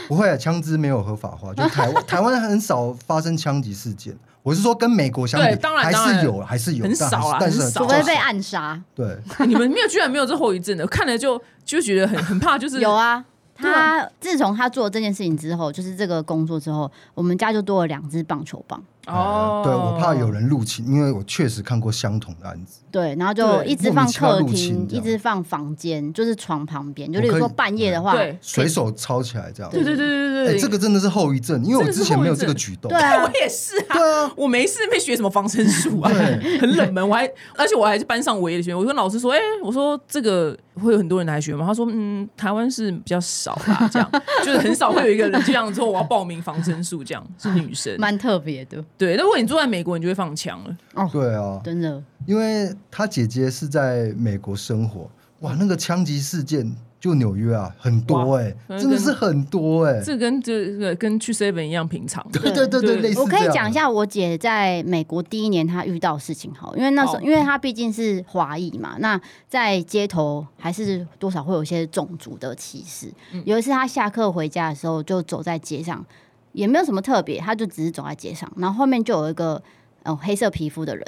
[SPEAKER 2] 不会啊，枪支没有合法化，就台湾台湾很少发生枪击事件。我是说跟美国相比
[SPEAKER 1] 对，当然
[SPEAKER 2] 还
[SPEAKER 1] 当然
[SPEAKER 2] 是有，还是有，
[SPEAKER 1] 很
[SPEAKER 2] 但还
[SPEAKER 1] 少
[SPEAKER 2] 是
[SPEAKER 1] 啦
[SPEAKER 2] 但是
[SPEAKER 1] 很少
[SPEAKER 3] 除
[SPEAKER 2] 就
[SPEAKER 3] 非
[SPEAKER 2] 是
[SPEAKER 3] 被暗杀。
[SPEAKER 2] 对，
[SPEAKER 1] 哎你们没有，居然没有这后遗症的，看了就就觉得很很怕，就是
[SPEAKER 3] 有啊，
[SPEAKER 1] 对啊
[SPEAKER 3] 他自从他做了这件事情之后，就是这个工作之后，我们家就多了两只棒球棒。
[SPEAKER 1] 哦，
[SPEAKER 2] 对我怕有人入侵，因为我确实看过相同的案子。
[SPEAKER 3] 对，然后就
[SPEAKER 1] 对
[SPEAKER 3] 一直放客
[SPEAKER 2] 莫名其妙入
[SPEAKER 3] 厅
[SPEAKER 2] 侵，这
[SPEAKER 3] 一
[SPEAKER 2] 样
[SPEAKER 3] 直放房间，就是床旁边。就例
[SPEAKER 2] 我
[SPEAKER 3] 如
[SPEAKER 2] 可以
[SPEAKER 3] 说半夜的话，
[SPEAKER 1] 对
[SPEAKER 2] 随手抄起来这样。
[SPEAKER 1] 对对对对
[SPEAKER 2] 哎、
[SPEAKER 1] 对，
[SPEAKER 2] 这个真的是后遗症，因为我之前没有这个举动。
[SPEAKER 3] 对啊
[SPEAKER 1] 我，也是啊，
[SPEAKER 2] 对啊，
[SPEAKER 1] 我没事被学什么防身术啊，
[SPEAKER 2] 对
[SPEAKER 1] 很冷门。我还而且我还是班上唯一的学员。我跟老师说，哎、我说这个会有很多人来学吗？他说，嗯，台湾是比较少啦， 这样就是很少会有一个人这样说我要报名防身术，这 样是女生。
[SPEAKER 3] 蛮特别的
[SPEAKER 1] 对，但如果你住在美国，你就会放枪了。
[SPEAKER 3] 哦，
[SPEAKER 2] 对啊，
[SPEAKER 3] 真的。
[SPEAKER 2] 因为他姐姐是在美国生活，哇，那个枪击事件就纽约啊，很多哎、
[SPEAKER 1] 哇
[SPEAKER 2] 真的是很多哎、
[SPEAKER 1] 这跟这个跟去 seven 一样平常。
[SPEAKER 2] 对对对
[SPEAKER 1] 对
[SPEAKER 2] 对，类似
[SPEAKER 3] 我可以
[SPEAKER 2] 这样
[SPEAKER 3] 讲一，下我姐在美国第一年她遇到的事情好，因为那时候
[SPEAKER 1] 好
[SPEAKER 3] 因为她毕竟是华裔嘛，那在街头还是多少会有一些种族的歧视。
[SPEAKER 2] 嗯
[SPEAKER 3] 有一次她下课回家的时候，就走在街上，也没有什么特别，她就只是走在街上，然后后面就有一个呃黑色皮肤的人，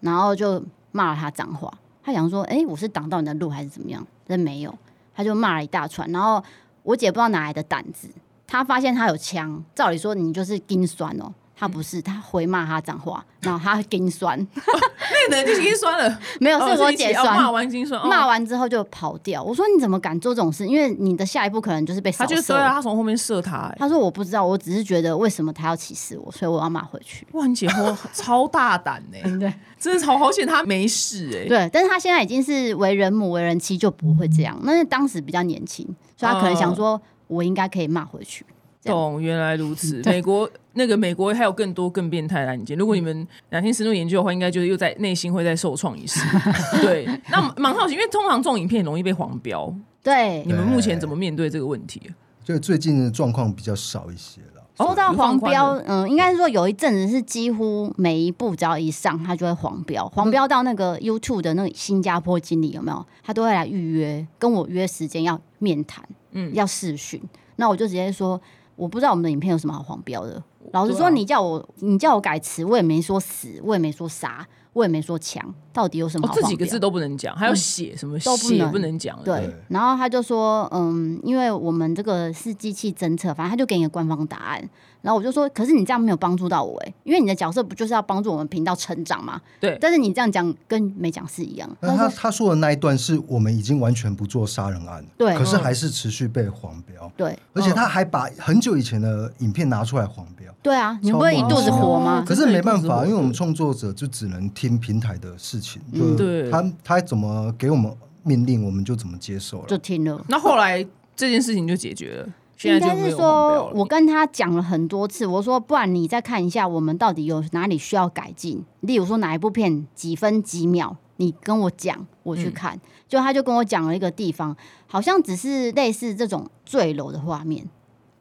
[SPEAKER 3] 然后就骂了她脏话。她想说，哎、我是挡到你的路还是怎么样？但没有，她就骂了一大串。然后我姐不知道哪来的胆子，他发现他有枪，照理说你就是金酸
[SPEAKER 1] 嗯
[SPEAKER 3] 哦，他不是，他回骂他脏话，然后他金酸，
[SPEAKER 1] 那人就心酸了，
[SPEAKER 3] 没有
[SPEAKER 1] 哦
[SPEAKER 3] 是我姐
[SPEAKER 1] 哦骂
[SPEAKER 3] 酸。
[SPEAKER 1] 完心酸，哦
[SPEAKER 3] 骂完之后就跑掉，我说你怎么敢做这种事？因为你的下一步可能就是被
[SPEAKER 1] 他
[SPEAKER 3] 扫
[SPEAKER 1] 就是
[SPEAKER 3] 射
[SPEAKER 1] 对。啊，他从后面射他、哎
[SPEAKER 3] 他说我不知道，我只是觉得为什么他要歧视我，所以我要骂回 去。
[SPEAKER 1] 哇，你姐夫超大胆呢、
[SPEAKER 3] 对
[SPEAKER 1] 真的超好险，他没事哎、
[SPEAKER 3] 对，但是他现在已经是为人母、为人妻，就不会这样。那是当时比较年轻，所以他可能想
[SPEAKER 1] 哦
[SPEAKER 3] 说，我应该可以骂回去。这样
[SPEAKER 1] 懂，原来如此。
[SPEAKER 3] 对
[SPEAKER 1] 美国那个美国还有更多更变态的案件。如果你们两天深入研究的话，应该就是又在内心会再受创 一次。对，那蛮好奇，因为通常这种影片很容易被黄标。
[SPEAKER 3] 对
[SPEAKER 1] 你，们目前怎么面对这个问题？
[SPEAKER 2] 就最近的状况比较少一些了。
[SPEAKER 3] 说
[SPEAKER 1] 有
[SPEAKER 3] 到哦黄
[SPEAKER 1] 放宽
[SPEAKER 3] 标
[SPEAKER 1] 的，
[SPEAKER 3] 嗯，应该是说有一阵子是几乎每一步只要一上，它就会黄标，
[SPEAKER 1] 嗯
[SPEAKER 3] 黄标到那个 YouTube 的那个新加坡经理有没有？他都会来预约，跟我约时间要面谈，
[SPEAKER 1] 嗯
[SPEAKER 3] 嗯，要视讯。那我就直接说，我不知道我们的影片有什么好黄标的。老实
[SPEAKER 1] 对啊
[SPEAKER 3] 说，你叫我你叫我改词，我也没说死，我也没说杀，我也没说强，到底有什么
[SPEAKER 1] 哦
[SPEAKER 3] 好，
[SPEAKER 1] 这
[SPEAKER 3] 黄标？嗯
[SPEAKER 1] 几个字都不能讲，还有写什么
[SPEAKER 3] 都不
[SPEAKER 1] 写
[SPEAKER 3] 能
[SPEAKER 1] 不能讲。
[SPEAKER 3] 对
[SPEAKER 2] 对，
[SPEAKER 3] 然后他就说，嗯，因为我们这个是机器侦测，反正他就给你个官方答案。然后我就说，可是你这样没有帮助到我哎、因为你的角色不就是要帮助我们频道成长吗？
[SPEAKER 1] 对
[SPEAKER 3] 但是你这样讲跟没讲是一样。
[SPEAKER 2] 但他
[SPEAKER 3] 他说
[SPEAKER 2] 他说的那一段是我们已经完全不做杀人案，
[SPEAKER 3] 对嗯
[SPEAKER 2] 可是还是持续被黄标，
[SPEAKER 3] 对
[SPEAKER 2] 而且他还把很久以前的影片拿出来黄标。
[SPEAKER 3] 对啊，你不会一肚子火吗
[SPEAKER 1] 哦？
[SPEAKER 2] 可是没办
[SPEAKER 1] 真的一肚子
[SPEAKER 2] 法，
[SPEAKER 1] 火
[SPEAKER 2] 因为我们创作者就只能听平台的事情，
[SPEAKER 3] 嗯
[SPEAKER 2] 就是
[SPEAKER 1] 对
[SPEAKER 2] 他他怎么给我们命令，我们就怎么接受
[SPEAKER 3] 就
[SPEAKER 2] 了。
[SPEAKER 3] 听了。
[SPEAKER 1] 那后来这件事情就解决了，现
[SPEAKER 3] 应
[SPEAKER 1] 在
[SPEAKER 3] 该
[SPEAKER 1] 就没
[SPEAKER 3] 是
[SPEAKER 1] 有黄标
[SPEAKER 3] 说，
[SPEAKER 1] 了。
[SPEAKER 3] 我跟他讲了很多次，我说不然你再看一下，我们到底有哪里需要改进。例如说哪一部片几分几秒，你跟我讲，我
[SPEAKER 1] 嗯
[SPEAKER 3] 去看。就他就跟我讲了一个地方，好像只是类似这种坠楼的画面，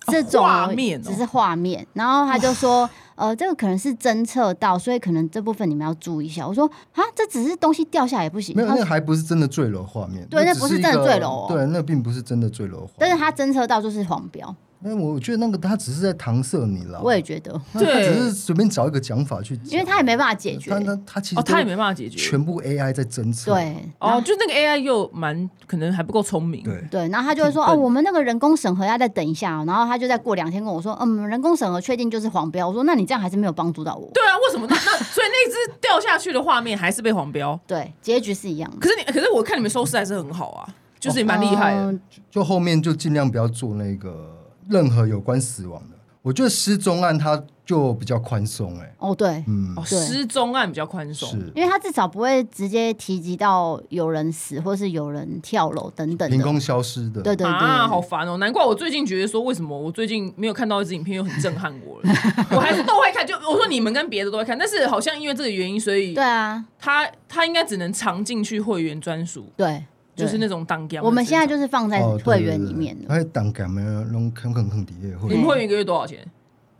[SPEAKER 1] 哦
[SPEAKER 3] 这种
[SPEAKER 1] 画面哦
[SPEAKER 3] 只是画面。然后他就说，呃，这个可能是侦测到，所以可能这部分你们要注意一下。我说啊，这只是东西掉下来也不行。
[SPEAKER 2] 没有，
[SPEAKER 3] 他
[SPEAKER 2] 那
[SPEAKER 3] 说
[SPEAKER 2] 还不是真的坠楼画面。
[SPEAKER 3] 对
[SPEAKER 2] 只
[SPEAKER 3] 那不是
[SPEAKER 2] 一个
[SPEAKER 3] 真的坠楼哦
[SPEAKER 2] 对，那并不是真的坠楼画面。
[SPEAKER 3] 但是他侦测到就是黄标，
[SPEAKER 2] 那我觉得那个他只是在搪塞你
[SPEAKER 1] 哦
[SPEAKER 2] 了。
[SPEAKER 3] 我也觉得，
[SPEAKER 2] 那他
[SPEAKER 1] 对
[SPEAKER 2] 只是随便找一个讲法去讲，
[SPEAKER 3] 因为他也没办法解决。
[SPEAKER 2] 但他他其实
[SPEAKER 1] 哦，他也没
[SPEAKER 2] 都
[SPEAKER 1] 办法解决。
[SPEAKER 2] 全部 AI 在侦测。
[SPEAKER 3] 对，
[SPEAKER 1] 哦，就那个 AI 又蛮可能还不够聪明。
[SPEAKER 2] 对，
[SPEAKER 3] 对，然后他就会说
[SPEAKER 1] 挺
[SPEAKER 3] 哦，
[SPEAKER 1] 笨
[SPEAKER 3] 我们那个人工审核要再等一下哦、然后他就再过两天跟我说，嗯，人工审核确定就是黄标。我说那你这样还是没有帮助到我。
[SPEAKER 1] 对啊，为什么那那所以那只掉下去的画面还是被黄标？
[SPEAKER 3] 对，结局是一样的。
[SPEAKER 1] 可是你，可是我看你们收视还是很好啊，就是也蛮厉害的。
[SPEAKER 3] 嗯
[SPEAKER 2] 就后面就尽量不要做那个任何有关死亡的。我觉得失踪案他就比较宽松，哎，
[SPEAKER 3] 哦，对，
[SPEAKER 2] 嗯
[SPEAKER 1] 哦，，
[SPEAKER 3] 对
[SPEAKER 1] 失踪案比较宽松，
[SPEAKER 2] 是
[SPEAKER 3] 因为他至少不会直接提及到有人死或是有人跳楼等等
[SPEAKER 2] 凭
[SPEAKER 3] 的。
[SPEAKER 2] 空消失的。
[SPEAKER 3] 对对对，
[SPEAKER 1] 啊，好烦哦！难怪我最近觉得说，为什么我最近没有看到一支影片又很震撼我 了？我还是都会看，就我说你们跟别的都会看，但是好像因为这个原因，所以
[SPEAKER 3] 对啊，
[SPEAKER 1] 他他应该只能藏进去会员专属，
[SPEAKER 3] 对，对
[SPEAKER 1] 就是那种当家。
[SPEAKER 3] 我们现在就是放在
[SPEAKER 2] 哦，
[SPEAKER 3] 会员里面的。
[SPEAKER 2] 还有党干嘛弄坑坑坑底下
[SPEAKER 1] 你
[SPEAKER 2] 会，
[SPEAKER 1] 们会员一个月多少钱？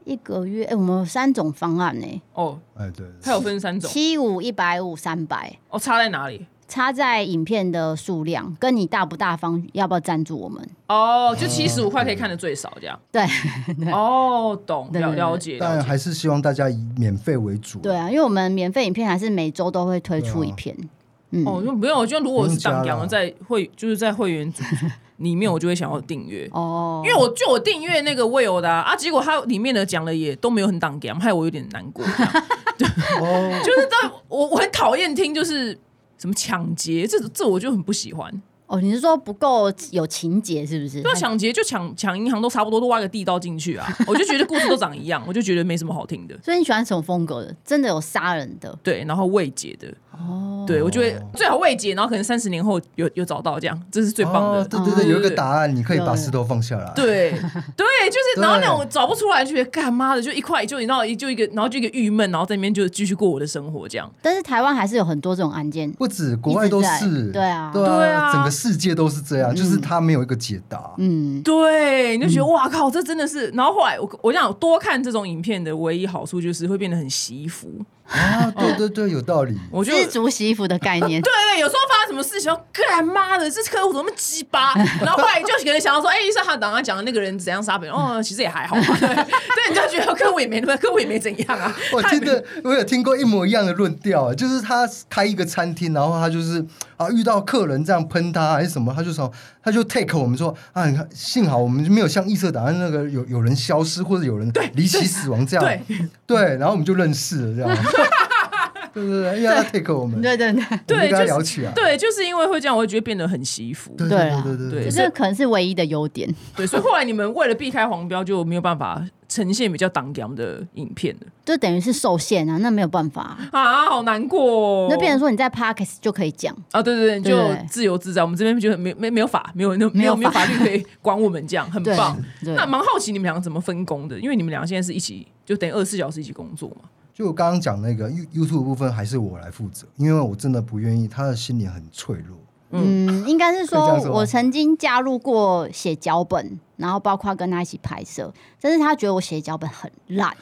[SPEAKER 3] 一个月，哎，我们有三种方案呢，
[SPEAKER 1] 哦，
[SPEAKER 2] 哎对，
[SPEAKER 1] 它有分三种
[SPEAKER 3] 七五、一百五、三百，
[SPEAKER 1] 哦，差在哪里？
[SPEAKER 3] 差在影片的数量，跟你大不大方，要不要赞助我们？
[SPEAKER 1] 哦，就七十五块可以看的最少这样。
[SPEAKER 3] 对
[SPEAKER 1] 哦，懂
[SPEAKER 3] 对对
[SPEAKER 1] 了
[SPEAKER 3] 对
[SPEAKER 1] 了解
[SPEAKER 2] 当
[SPEAKER 1] 了
[SPEAKER 2] 然
[SPEAKER 1] 解。
[SPEAKER 2] 还是希望大家以免费为主。
[SPEAKER 3] 对啊，因为我们免费影片还是每周都会推
[SPEAKER 2] 啊
[SPEAKER 3] 出一篇。嗯，
[SPEAKER 1] 哦，就没有，就如果是
[SPEAKER 2] 不用加
[SPEAKER 1] 当阳
[SPEAKER 2] 了
[SPEAKER 1] 在会就是在会员 组里面，我就会想要订阅。
[SPEAKER 3] 哦
[SPEAKER 1] 因为我就我订阅那个 Will 的啊，啊结果它里面的讲的也都没有很当 g a 害我有点难过。
[SPEAKER 2] 哦，
[SPEAKER 1] 就是在我我很讨厌听就是什么抢劫，这这我就很不喜欢。
[SPEAKER 3] 哦，你是说不够有情节是不是？
[SPEAKER 1] 对啊，抢劫就抢抢银行都差不多，都挖个地道进去啊。我就觉得故事都长一样，我就觉得没什么好听的。
[SPEAKER 3] 所以你喜欢什么风格的？真的有杀人的
[SPEAKER 1] 对，然后未解的，
[SPEAKER 3] 哦，
[SPEAKER 1] 对我觉得最好未解，然后可能三十年后有有找到这样，这是最棒的。
[SPEAKER 2] 哦对对
[SPEAKER 1] 嗯
[SPEAKER 2] 对，有一个答案，你可以
[SPEAKER 3] 有
[SPEAKER 2] 把石头放下来。
[SPEAKER 1] 对对，就是然后那
[SPEAKER 2] 对
[SPEAKER 1] 种找不出来，就觉得干妈的，就一块就你知道，就一个然后就一个郁闷，然后在那边就继续过我的生活这样。
[SPEAKER 3] 但是台湾还是有很多这种案件。
[SPEAKER 2] 不止国外都
[SPEAKER 3] 一
[SPEAKER 2] 是
[SPEAKER 3] 直在，对啊
[SPEAKER 2] 对
[SPEAKER 1] 对啊
[SPEAKER 2] 整个世界都是这样，就是他没有一个解答。
[SPEAKER 3] 嗯，
[SPEAKER 1] 对，你就觉得、哇靠，这真的是。然后后来我我想多看这种影片的唯一好处就是会变得很习服。
[SPEAKER 2] 啊，对对对，有道理。
[SPEAKER 1] 我就
[SPEAKER 3] 自足洗服的概念
[SPEAKER 1] 对。对对，有时候发生什么事情，干妈的这客户怎么那么鸡巴？然后后来就可能想到说，哎、医生他刚刚讲的那个人怎样杀别人，哦，其实也还好嘛。 对，对，你就觉得客户也没那么，客户也没怎样啊。
[SPEAKER 2] 我
[SPEAKER 1] 他也
[SPEAKER 2] 听
[SPEAKER 1] 没
[SPEAKER 2] 的，我有听过一模一样的论调，欸就是他开一个餐厅，然后他就是啊遇到客人这样喷他还是什么，他就说他就 take 我们说啊，你看幸好我们没有像异色档案那个有有人消失或者有人离奇死亡这样，
[SPEAKER 1] 对
[SPEAKER 2] 对然后我们就认识了这样，对对对，因为他 take 我们，
[SPEAKER 3] 对对对，
[SPEAKER 2] 我们
[SPEAKER 1] 对，就
[SPEAKER 2] 就跟他
[SPEAKER 1] 是
[SPEAKER 2] 聊起啊，
[SPEAKER 1] 对，就是因为会这样，我就觉得变得很习服。
[SPEAKER 2] 对
[SPEAKER 3] 对
[SPEAKER 2] 对
[SPEAKER 3] 啊
[SPEAKER 2] 对对
[SPEAKER 1] 对
[SPEAKER 2] 对
[SPEAKER 3] 就。这可能是唯一的优点。
[SPEAKER 1] 对，所以后来你们为了避开黄标，就没有办法呈现比较挡阳的影片了
[SPEAKER 3] 就等于是受限啊，那没有办法、啊。
[SPEAKER 1] 啊，好难过、哦。
[SPEAKER 3] 那变成说你在 Parkes 就可以讲，
[SPEAKER 1] 啊，对对对，
[SPEAKER 3] 对
[SPEAKER 1] 就自由自在。我们这边觉得没没没有法，没有那没有
[SPEAKER 3] 没有法
[SPEAKER 1] 没有法律可以管我们，这样很
[SPEAKER 3] 对
[SPEAKER 1] 棒。
[SPEAKER 3] 对
[SPEAKER 1] 那蛮好奇你们两个怎么分工的，因为你们两个现在是一起，就等于二十四小时一起工作嘛。
[SPEAKER 2] 就我刚刚讲那个 You YouTube 的部分还是我来负责，因为我真的不愿意，他的心灵很脆弱。
[SPEAKER 3] 嗯，应该是
[SPEAKER 2] 可以这
[SPEAKER 3] 说
[SPEAKER 2] 样说吗
[SPEAKER 3] 我曾经加入过写脚本，然后包括跟他一起拍摄，但是他觉得我写脚本很烂，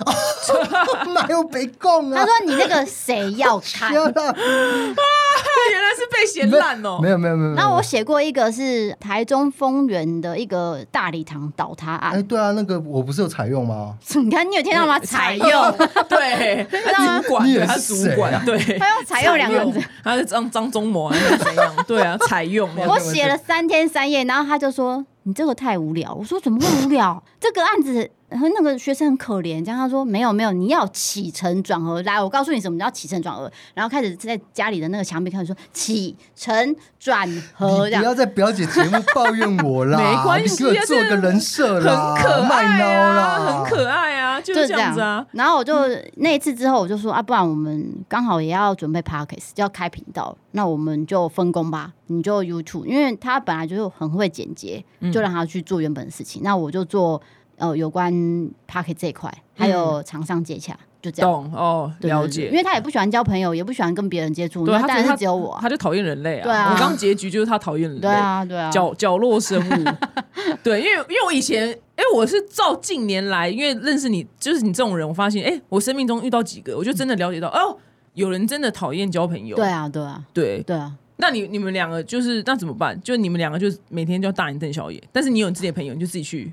[SPEAKER 2] 哪有北共
[SPEAKER 3] 他
[SPEAKER 2] 啊？
[SPEAKER 3] 说你那个谁 要看？
[SPEAKER 2] 天啊
[SPEAKER 1] 对，原来是被嫌烂哦
[SPEAKER 2] 没。有没有没有。没有
[SPEAKER 3] 然后我写过一个是台中丰原的一个大礼堂倒塌
[SPEAKER 2] 哎，
[SPEAKER 3] 案，
[SPEAKER 2] 对啊，那个我不是有采用吗？
[SPEAKER 3] 你看你有听到吗？呃采用，
[SPEAKER 1] 对，他主管，
[SPEAKER 2] 你也
[SPEAKER 1] 对，
[SPEAKER 2] 是啊
[SPEAKER 1] 他主管，对，
[SPEAKER 3] 他用采用两个字
[SPEAKER 1] 采用，他是张张忠谋还是怎样？对啊，采 用。
[SPEAKER 3] 我写了三天三夜，然后他就说你这个太无聊。我说怎么会无聊？这个案子和那个学生很可怜。这样他说没有没有，你要起承转合。来，我告诉你什么叫起承转合。然后开始在家里的那个墙壁开始说起承转
[SPEAKER 2] 你
[SPEAKER 3] 合
[SPEAKER 2] 不
[SPEAKER 3] 这样。
[SPEAKER 2] 要在表姐节目抱怨 我啦，
[SPEAKER 1] 没关系啊
[SPEAKER 2] 你给我做个人设
[SPEAKER 1] 很
[SPEAKER 2] 啦，
[SPEAKER 1] 可
[SPEAKER 2] 卖
[SPEAKER 1] 爱
[SPEAKER 2] 孬
[SPEAKER 1] 啊，
[SPEAKER 2] 啦，
[SPEAKER 1] 很可爱啊，就是这样子啊。
[SPEAKER 3] 然后我就那一次之后，我就说啊，不然我们刚好也要准备 podcast，就要开频道，那我们就分工吧。你就 YouTube，因为他本来就是很会剪接，
[SPEAKER 1] 嗯
[SPEAKER 3] 就让他去做原本的事情。那我就做呃有关 podcast 这一块，还有厂商接洽，就这样。
[SPEAKER 1] 懂哦，嗯
[SPEAKER 3] 对
[SPEAKER 1] 了
[SPEAKER 3] 对对
[SPEAKER 1] 解
[SPEAKER 3] 因。为他也不喜欢交朋友，也不喜欢跟别人接触，
[SPEAKER 1] 对，
[SPEAKER 3] 那
[SPEAKER 1] 他
[SPEAKER 3] 当
[SPEAKER 1] 觉
[SPEAKER 3] 然
[SPEAKER 1] 得
[SPEAKER 3] 是
[SPEAKER 1] 他
[SPEAKER 3] 只有我、啊。
[SPEAKER 1] 他就讨厌人类啊。
[SPEAKER 3] 对啊
[SPEAKER 1] 我刚结局就是他讨厌人类，
[SPEAKER 3] 对啊，对啊，
[SPEAKER 1] 角角落生物。 对，因为因为我以前，哎、我是照近年来，因为认识你，就是你这种人，我发现，哎、我生命中遇到几个，我就真的了解到，哦，有人真的讨厌交朋友。
[SPEAKER 3] 对啊，对啊，
[SPEAKER 1] 对，
[SPEAKER 3] 对啊。
[SPEAKER 1] 那你你们两个就是那怎么办？就你们两个就是每天就要大眼瞪小眼，但是你有你自己的朋友，你就自己去。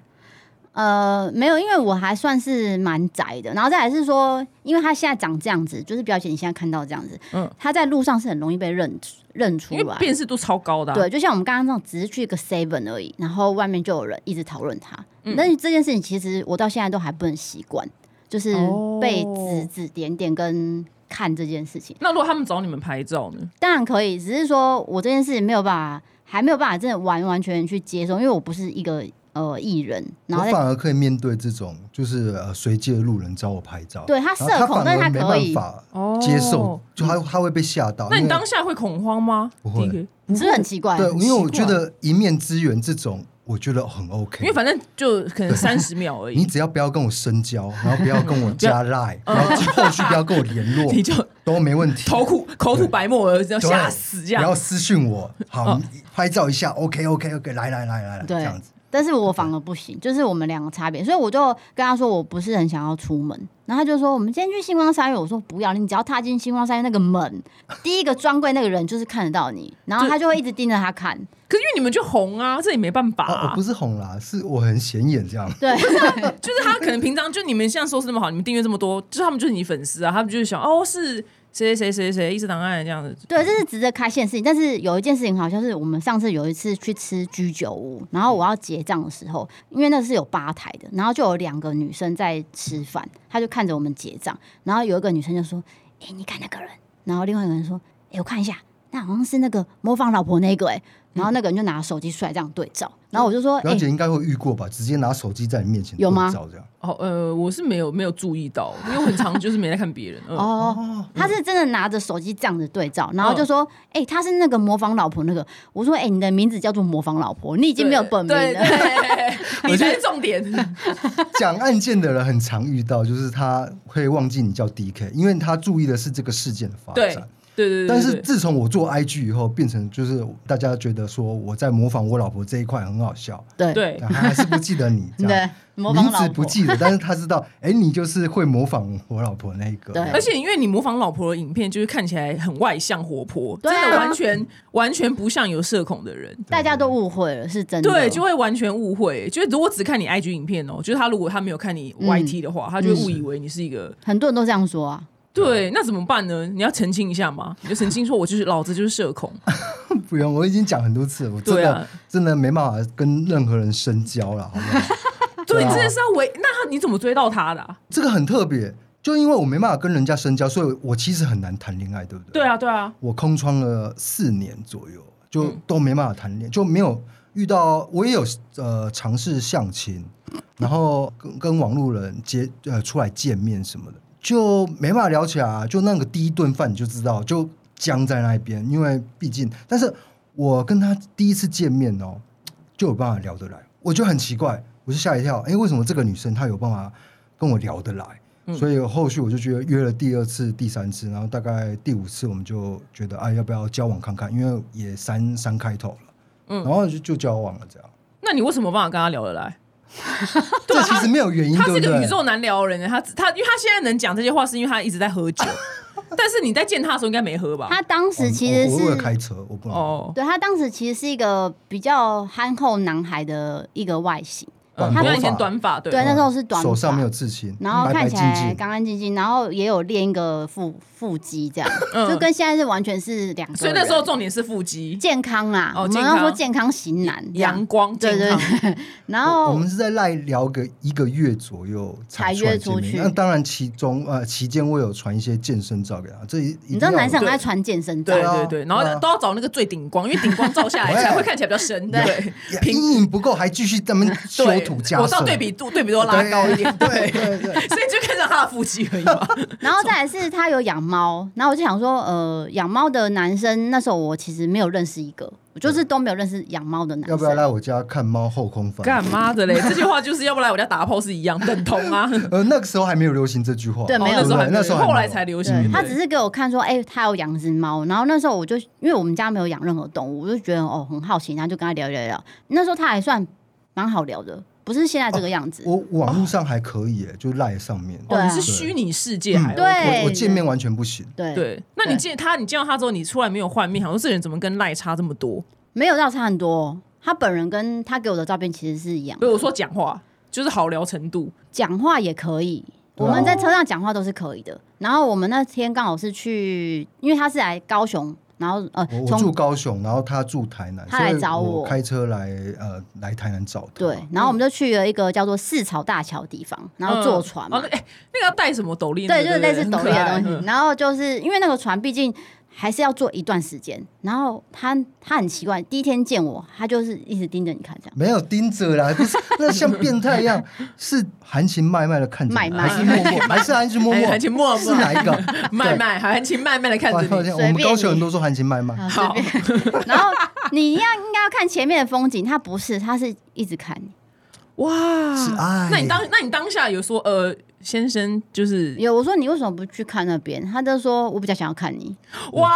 [SPEAKER 3] 呃，没有，因为我还算是蛮宅的。然后再来是说，因为他现在长这样子，就是表姐你现在看到这样子，
[SPEAKER 1] 嗯
[SPEAKER 3] 嗯，他在路上是很容易被认出认出
[SPEAKER 1] 因为
[SPEAKER 3] 来。
[SPEAKER 1] 辨识度超高的、啊，
[SPEAKER 3] 对，就像我们刚刚这种，只是去一个 seven 而已，然后外面就有人一直讨论他。
[SPEAKER 1] 嗯
[SPEAKER 3] 但是这件事情其实我到现在都还不能习惯，就是被
[SPEAKER 1] 哦
[SPEAKER 3] 指指点点跟看这件事情。
[SPEAKER 1] 那如果他们找你们拍照呢？
[SPEAKER 3] 当然可以，只是说我这件事情没有办法，还没有办法真的完完全全去接受，因为我不是一个呃艺人，然
[SPEAKER 2] 我
[SPEAKER 3] 后再
[SPEAKER 2] 反而可以面对这种，就是呃随街的路人找我拍照，
[SPEAKER 3] 对他
[SPEAKER 2] 然后
[SPEAKER 3] 社恐，
[SPEAKER 2] 反
[SPEAKER 3] 但是
[SPEAKER 2] 而
[SPEAKER 3] 他
[SPEAKER 2] 没
[SPEAKER 3] 可以
[SPEAKER 2] 办。法
[SPEAKER 1] 哦
[SPEAKER 2] 接受，就他他会被吓到。
[SPEAKER 1] 那
[SPEAKER 2] 因
[SPEAKER 1] 你
[SPEAKER 2] 为
[SPEAKER 1] 当下会恐慌吗？
[SPEAKER 2] 不会
[SPEAKER 1] 第一个
[SPEAKER 3] 你是不是很奇怪？
[SPEAKER 2] 对，因为我
[SPEAKER 1] 奇
[SPEAKER 2] 觉
[SPEAKER 1] 怪
[SPEAKER 2] 得一面之缘这种，我觉得很 OK，
[SPEAKER 1] 因为反正就可能三十秒而已
[SPEAKER 2] 你，只要不要跟我深交，然后不要跟我 加 line，然后后续不要跟我联络，
[SPEAKER 1] 你就
[SPEAKER 2] 都没问题。
[SPEAKER 1] 头苦口吐白沫而要
[SPEAKER 2] 对
[SPEAKER 1] 哦吓死这
[SPEAKER 2] 不
[SPEAKER 1] 样哦
[SPEAKER 2] 要。私讯我，好，拍照一下，OK OK OK，来来来来来，
[SPEAKER 3] 对
[SPEAKER 2] 这样子。
[SPEAKER 3] 但是我反而不行，就是我们两个差别，所以我就跟他说我不是很想要出门，然后他就说我们今天去星光三月，我说不要，你只要踏进星光三月那个门，第一个专柜那个人就是看得到你，然后他就会一直盯着他看，
[SPEAKER 1] 可是因为你们就红啊，这也没办法、
[SPEAKER 2] 哦，我
[SPEAKER 1] 啊。哎
[SPEAKER 2] 不是红啦，是我很显眼这样。
[SPEAKER 3] 对，
[SPEAKER 1] 就是他可能平常就你们现在收视那么好，你们订阅这么多，就是他们就是你粉丝啊，他们就是想哦是谁谁谁谁谁一直档案这样子。
[SPEAKER 3] 对，这是值得开心的事情。但是有一件事情好像是我们上次有一次去吃居酒屋，然后我要结账的时候，因为那是有吧台的，然后就有两个女生在吃饭，她就看着我们结账，然后有一个女生就说：“哎、你看那个人。”然后另外一个人说：“哎、我看一下，那好像是那个模仿老婆那个哎、然后那个人就拿手机出来这样对照，然后我就说：“哎、
[SPEAKER 2] 表姐应该会遇过吧？直接拿手机在你面前
[SPEAKER 3] 有吗
[SPEAKER 2] 对照这样
[SPEAKER 1] 哦呃，我是没有没有注意到，因为我很常就是没在看别人。嗯、
[SPEAKER 3] 哦，
[SPEAKER 2] 哦，
[SPEAKER 3] 他是真的拿着手机这样子对照，然后就说：“哎、他是那个模仿老婆那个。”我说：“哎、你的名字叫做模仿老婆，你已
[SPEAKER 1] 已
[SPEAKER 3] 经没有本名了。”
[SPEAKER 1] 你才是重点。
[SPEAKER 2] 讲案件的人很常遇到，就是他会忘记你叫 DK，因为他注意的是这个事件的发
[SPEAKER 1] 对
[SPEAKER 2] 展。
[SPEAKER 1] 对对对，
[SPEAKER 2] 但是自从我做 IG 以后，变成就是大家觉得说我在模仿我老婆这一块很好笑，
[SPEAKER 3] 对
[SPEAKER 1] 对
[SPEAKER 2] 但他还是不记得 你这样。
[SPEAKER 3] 对，模仿老
[SPEAKER 2] 名字
[SPEAKER 3] 婆
[SPEAKER 2] 不记得，但是他知道，哎、你就是会模仿我老婆那一个。
[SPEAKER 3] 对
[SPEAKER 1] 而且因为你模仿老婆的影片，就是看起来很外向活泼，
[SPEAKER 3] 对啊
[SPEAKER 1] 真的完全完全不像有社恐的人。
[SPEAKER 3] 大家都误会了，是真的。
[SPEAKER 1] 对，就会完全误会。就是如果只看你 IG 影片哦，就是他如果他没有看你
[SPEAKER 2] 嗯
[SPEAKER 1] YT 的话，他就会误以为你是一个
[SPEAKER 3] 很多人都这样说啊。
[SPEAKER 1] 对。那怎么办呢？你要澄清一下嘛，你就澄清说我就是老子就是社恐。
[SPEAKER 2] 不用，我已经讲很多次了，我真
[SPEAKER 1] 对
[SPEAKER 2] 的、
[SPEAKER 1] 啊
[SPEAKER 2] 真的没办法跟任何人深交了，好 不好？
[SPEAKER 1] 对，
[SPEAKER 2] 对啊
[SPEAKER 1] 你真的是要为那他你怎么追到他的啊？
[SPEAKER 2] 这个很特别，就因为我没办法跟人家深交，所以我其实很难谈恋爱，对不对？
[SPEAKER 1] 对。啊，对啊，
[SPEAKER 2] 我空窗了四年左右，就都没办法谈恋，就没有遇到。我也有呃尝试相亲，然后跟跟网路人接呃出来见面什么的，就没办法聊起来啊、就那个第一顿饭你就知道，就僵在那边，因为毕竟，但是我跟他第一次见面哦，就有办法聊得来，我就很奇怪，我就吓一跳，哎、为什么这个女生她有办法跟我聊得来？
[SPEAKER 1] 嗯
[SPEAKER 2] 所以后续我就觉得约了第二次、第三次，然后大概第五次我们就觉得啊，要不要交往看看？因为也三三开头了，
[SPEAKER 1] 嗯
[SPEAKER 2] 然后就就交往了这样。
[SPEAKER 1] 那你为什么有办法跟他聊得来？
[SPEAKER 3] 啊
[SPEAKER 2] 这其实没有原因，
[SPEAKER 1] 他
[SPEAKER 2] 嗯对
[SPEAKER 1] 是
[SPEAKER 2] 不
[SPEAKER 1] 个宇
[SPEAKER 2] 对？
[SPEAKER 1] 宙难聊的人，欸他他因为他现在能讲这些话，是因为他一直在喝 酒。但是你在见他的时候应该没喝吧？
[SPEAKER 3] 他当时其实
[SPEAKER 2] 我我我有
[SPEAKER 3] 是，
[SPEAKER 2] 开车，我不能。
[SPEAKER 1] 哦，
[SPEAKER 3] 对他当时其实是一个比较憨厚男孩的一个外形，
[SPEAKER 1] 嗯，
[SPEAKER 3] 他
[SPEAKER 1] 因
[SPEAKER 3] 头
[SPEAKER 1] 为
[SPEAKER 3] 发
[SPEAKER 1] 以前短发，对
[SPEAKER 3] 对，那时候是短
[SPEAKER 2] 手上没有
[SPEAKER 3] 发，
[SPEAKER 2] 刺青，
[SPEAKER 3] 然后
[SPEAKER 2] 白白
[SPEAKER 3] 看起
[SPEAKER 2] 净
[SPEAKER 3] 来
[SPEAKER 2] 净
[SPEAKER 3] 干干净净，然后也有练一个腹腹肌这样，
[SPEAKER 1] 嗯
[SPEAKER 3] 就跟现在是完全是两个人。
[SPEAKER 1] 所以那时候重点是腹肌、
[SPEAKER 3] 健康啊，
[SPEAKER 1] 哦
[SPEAKER 3] 我
[SPEAKER 1] 健
[SPEAKER 3] 们
[SPEAKER 1] 康
[SPEAKER 3] 要说健康型男这样
[SPEAKER 1] 阳。光、
[SPEAKER 3] 对
[SPEAKER 1] 健
[SPEAKER 3] 对
[SPEAKER 1] 康。
[SPEAKER 3] 对， 然
[SPEAKER 2] 我
[SPEAKER 3] 后
[SPEAKER 2] 我们是在赖聊个一个月左右
[SPEAKER 3] 才
[SPEAKER 2] 出来
[SPEAKER 3] 约
[SPEAKER 2] 见
[SPEAKER 3] 出
[SPEAKER 2] 面
[SPEAKER 3] 去
[SPEAKER 2] 那当然其中呃期间我有传一些健身照给他，这一
[SPEAKER 3] 你知道男生
[SPEAKER 2] 生
[SPEAKER 3] 很爱穿健身照
[SPEAKER 1] 对
[SPEAKER 2] 对，啊
[SPEAKER 1] 对对，然后
[SPEAKER 2] 对啊
[SPEAKER 1] 都要找那个最顶光，因为顶光照下来
[SPEAKER 2] 对
[SPEAKER 1] 才会看起来比较深。对，
[SPEAKER 2] 阴影不够，还继续咱们修
[SPEAKER 1] 对
[SPEAKER 2] 图加色，
[SPEAKER 1] 我知道对比度对比度要拉高一点，
[SPEAKER 2] 对对对，
[SPEAKER 1] 所以就看上他的腹肌而已嘛。
[SPEAKER 3] 然后再来是他有养猫，然后我就想说，呃，养猫的男生那时候我其实没有认识一个，我就是都没有认识养猫的男
[SPEAKER 2] 嗯要不
[SPEAKER 3] 生。
[SPEAKER 2] 要来我家看猫后空翻？
[SPEAKER 1] 干妈的嘞，这句话就是要不来我家打炮是一样等同啊。
[SPEAKER 2] 呃，那个时候还没有流行这句话，
[SPEAKER 3] 对
[SPEAKER 1] 哦
[SPEAKER 3] 没有
[SPEAKER 1] 那时候还没有
[SPEAKER 2] 那时候还没有
[SPEAKER 1] 后来才流行
[SPEAKER 3] 对
[SPEAKER 1] 的。
[SPEAKER 3] 他只是给我看说，哎、他有养只猫。然后那时候我就因为我们家没有养任何动物，我就觉得哦很好奇，然后就跟他聊聊聊。那时候他还算蛮好聊的，不是现在这个样子。
[SPEAKER 2] 我网络上还可以耶，就赖上面。
[SPEAKER 3] 对
[SPEAKER 1] 哦，
[SPEAKER 3] 啊
[SPEAKER 1] 你是虚拟世界还 OK
[SPEAKER 3] 对
[SPEAKER 2] 我我见面完全不行，
[SPEAKER 3] 对，
[SPEAKER 1] 对，那你见他，你见到他之后，你出来没有换面，想说这人怎么跟赖差这么多？
[SPEAKER 3] 没有到差很多。哦他本人跟他给我的照片其实是一样的
[SPEAKER 1] 不是，我说讲话，就是好聊程度。
[SPEAKER 3] 讲话也可以。
[SPEAKER 2] 对
[SPEAKER 3] 我
[SPEAKER 2] 啊
[SPEAKER 3] 们在车上讲话都是可以的。然后我们那天刚好是去，因为他是来高雄，然后呃
[SPEAKER 2] 我，我住
[SPEAKER 3] 从
[SPEAKER 2] 高雄，然后他住台南，
[SPEAKER 3] 他来
[SPEAKER 2] 所以
[SPEAKER 3] 找
[SPEAKER 2] 我，
[SPEAKER 3] 我
[SPEAKER 2] 开车来呃来台南找他。
[SPEAKER 3] 对，然后我们就去了一个叫做四草大桥的地方，然后坐船嘛
[SPEAKER 1] 哦，，那哎，那个要带什么斗笠？
[SPEAKER 3] 对，就
[SPEAKER 1] 那
[SPEAKER 3] 是
[SPEAKER 1] 个
[SPEAKER 3] 类似斗笠的
[SPEAKER 1] 很可
[SPEAKER 3] 东
[SPEAKER 1] 爱嗯
[SPEAKER 3] 西。然后就是因为那个船，毕竟还是要坐一段时间。然后他他很奇怪，第一天见我，他就是一直盯着你看，这样
[SPEAKER 2] 没有盯着啦， 不是那像变态一样，是含情脉脉的看着
[SPEAKER 3] 脉
[SPEAKER 2] 你，
[SPEAKER 3] 脉
[SPEAKER 2] 还是默 默，还是含情
[SPEAKER 1] 嗯
[SPEAKER 2] 脉
[SPEAKER 1] 哎
[SPEAKER 2] 脉
[SPEAKER 1] 含？情脉
[SPEAKER 3] 啊
[SPEAKER 2] 是哪
[SPEAKER 1] 脉，
[SPEAKER 2] 一个？
[SPEAKER 1] 脉脉，含情脉脉的看
[SPEAKER 2] 我
[SPEAKER 1] 着你。嗯
[SPEAKER 2] 我
[SPEAKER 3] 随
[SPEAKER 2] 们
[SPEAKER 3] 便
[SPEAKER 2] 高雄人
[SPEAKER 3] 你
[SPEAKER 2] 都说含情脉脉，
[SPEAKER 3] 啊
[SPEAKER 1] 好，
[SPEAKER 3] 然后你要应该要看前面的风景，他不是，他是一直看你。
[SPEAKER 2] 是哎
[SPEAKER 3] 啊
[SPEAKER 1] 哇，
[SPEAKER 2] 爱。
[SPEAKER 1] 那你当那你当下有说呃，先生就是
[SPEAKER 3] 有我说你为什么不去看那边？他就说我比较想要看你。
[SPEAKER 1] 哇，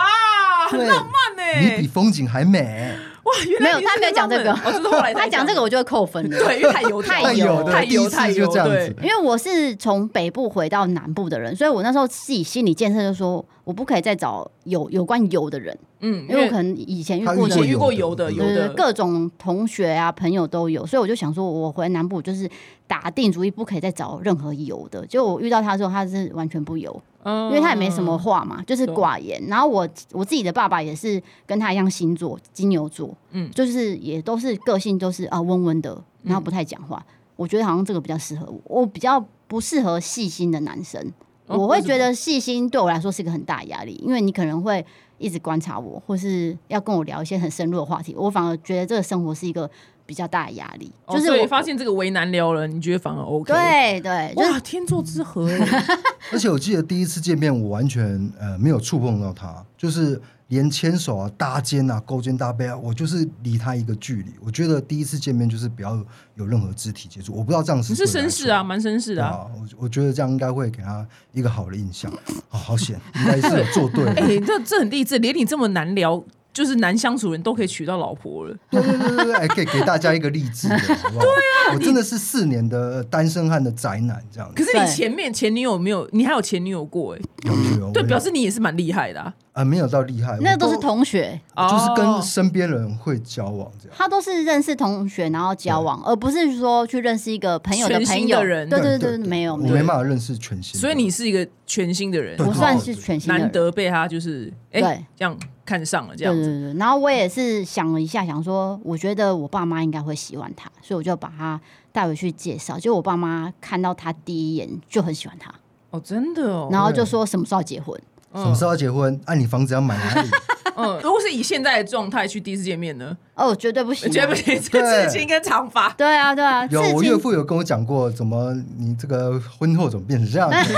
[SPEAKER 1] 很
[SPEAKER 2] 对
[SPEAKER 1] 浪漫
[SPEAKER 2] 你比
[SPEAKER 1] 呢。
[SPEAKER 2] 风景还美，
[SPEAKER 1] 哇，原
[SPEAKER 3] 没
[SPEAKER 1] 来
[SPEAKER 3] 有
[SPEAKER 1] 你
[SPEAKER 3] 他
[SPEAKER 1] 是
[SPEAKER 3] 没有讲这
[SPEAKER 1] 样的
[SPEAKER 3] 个
[SPEAKER 1] 我就是后来才
[SPEAKER 3] 他讲这个我就会扣分了。
[SPEAKER 1] 对，因为太油
[SPEAKER 3] 太
[SPEAKER 1] 太
[SPEAKER 3] 油
[SPEAKER 1] 油
[SPEAKER 3] 的
[SPEAKER 1] 太
[SPEAKER 2] 第一
[SPEAKER 1] 油
[SPEAKER 2] 次
[SPEAKER 1] 太
[SPEAKER 2] 就
[SPEAKER 1] 油，
[SPEAKER 2] 这样
[SPEAKER 1] 对
[SPEAKER 2] 子
[SPEAKER 3] 因为我是从北部回到南部的人，所以我那时候自己心理建设就说，我不可以再找有有关油的人，
[SPEAKER 1] 嗯，
[SPEAKER 3] 因为我可能以前遇
[SPEAKER 2] 他
[SPEAKER 3] 过
[SPEAKER 1] 我
[SPEAKER 3] 的嗯
[SPEAKER 2] 过
[SPEAKER 1] 遇
[SPEAKER 2] 油
[SPEAKER 1] 过
[SPEAKER 2] 的
[SPEAKER 1] 油的
[SPEAKER 2] 对
[SPEAKER 1] 油
[SPEAKER 3] 对对，
[SPEAKER 1] 的，
[SPEAKER 3] 各种同学啊、朋友都有，所以我就想说，我回南部就是打定主意不可以再找任何油的。结果我遇到他之后，他是完全不油，
[SPEAKER 1] 因
[SPEAKER 3] 因为他也没什
[SPEAKER 1] 嗯
[SPEAKER 3] 么话嘛，就是
[SPEAKER 1] 懂
[SPEAKER 3] 寡言。然后我我自己的爸爸也是跟他一样星座，金牛座，
[SPEAKER 1] 嗯
[SPEAKER 3] 就是也都是个性都是啊温温的，然后不太讲话。我觉得好像这个比较适合我，我比较不适合细心的男生。
[SPEAKER 1] 哦
[SPEAKER 3] 我会
[SPEAKER 1] 为什么
[SPEAKER 3] 觉得细心对我来说是一个很大压力，因为你可能会一直观察我，或是要跟我聊一些很深入的话题，我反而觉得这个生活是一个比较大的压力。
[SPEAKER 1] 哦
[SPEAKER 3] 就是
[SPEAKER 1] 所以
[SPEAKER 3] 我
[SPEAKER 1] 发现这个为难聊了，你觉得反而 OK？，
[SPEAKER 3] 对对，就是
[SPEAKER 1] 哇，天作之合 欸，
[SPEAKER 2] 而且我记得第一次见面，我完全呃没有触碰到他，就是连牵手啊、搭肩啊、勾肩搭背啊，我就是离他一个距离。我觉得第一次见面就是不要有任何肢体接触，我不知道这样
[SPEAKER 1] 你
[SPEAKER 2] 是
[SPEAKER 1] 是绅士啊，蛮绅士
[SPEAKER 2] 对
[SPEAKER 1] 的啊。
[SPEAKER 2] 啊，我我觉得这样应该会给他一个好的印象。哦，好险，应该是有做对
[SPEAKER 1] 哎
[SPEAKER 2] 了。，
[SPEAKER 1] 这这很励志，连你这么难聊，就是难相处的人都可以娶到老婆了。
[SPEAKER 2] 对对对对对，哎，给给大家一个励志的，好不好？对啊，我真的是四年的单身汉的宅男这样
[SPEAKER 1] 可
[SPEAKER 2] 子。
[SPEAKER 1] 是你
[SPEAKER 3] 对
[SPEAKER 1] 前面前女友没有，你还有前女友过哎，
[SPEAKER 2] 有有有
[SPEAKER 1] 对，
[SPEAKER 2] 我有
[SPEAKER 1] 表示你也是蛮厉害的啊。
[SPEAKER 2] 啊，没有到厉害，
[SPEAKER 3] 那
[SPEAKER 2] 我
[SPEAKER 3] 都是同学，
[SPEAKER 2] 我就是
[SPEAKER 1] 哦
[SPEAKER 2] 跟身边人会交往这样。
[SPEAKER 3] 他都是认识同学然后交往，而不是说去认识一个朋友的
[SPEAKER 1] 全新
[SPEAKER 3] 朋友
[SPEAKER 1] 的人
[SPEAKER 3] 对对
[SPEAKER 2] 对
[SPEAKER 3] 对，
[SPEAKER 2] 对
[SPEAKER 3] 没有
[SPEAKER 2] 我
[SPEAKER 3] 没有
[SPEAKER 2] 没，办法认识全新的，
[SPEAKER 1] 所以你是一个全新的人，
[SPEAKER 2] 对
[SPEAKER 3] 我
[SPEAKER 2] 对
[SPEAKER 3] 算
[SPEAKER 2] 对
[SPEAKER 3] 是
[SPEAKER 2] 对
[SPEAKER 3] 全新的人
[SPEAKER 1] 难得被他就是
[SPEAKER 3] 对
[SPEAKER 1] 哎这样看上了这
[SPEAKER 3] 对
[SPEAKER 1] 样
[SPEAKER 3] 对
[SPEAKER 1] 子。
[SPEAKER 3] 对对，然后我也是想了一下，想说，我觉得我爸妈应该会喜欢他，所以我就把他带回去介绍。就我爸妈看到他第一眼就很喜欢他，
[SPEAKER 1] 哦，真的哦。
[SPEAKER 3] 然后就说什么时候要结婚？
[SPEAKER 2] 什么时候要结婚？按、你房子要买 哪里？
[SPEAKER 1] 嗯，如果是以现在的状态去第一次见面呢，
[SPEAKER 3] 哦，绝对不行、
[SPEAKER 1] 绝对
[SPEAKER 3] 啊
[SPEAKER 1] 不！行，这刺青跟长发。
[SPEAKER 3] 对啊，对啊，
[SPEAKER 2] 有
[SPEAKER 3] 刺
[SPEAKER 2] 我
[SPEAKER 3] 青
[SPEAKER 2] 岳父有跟我讲过，怎么你这个婚后怎么变成这样 子？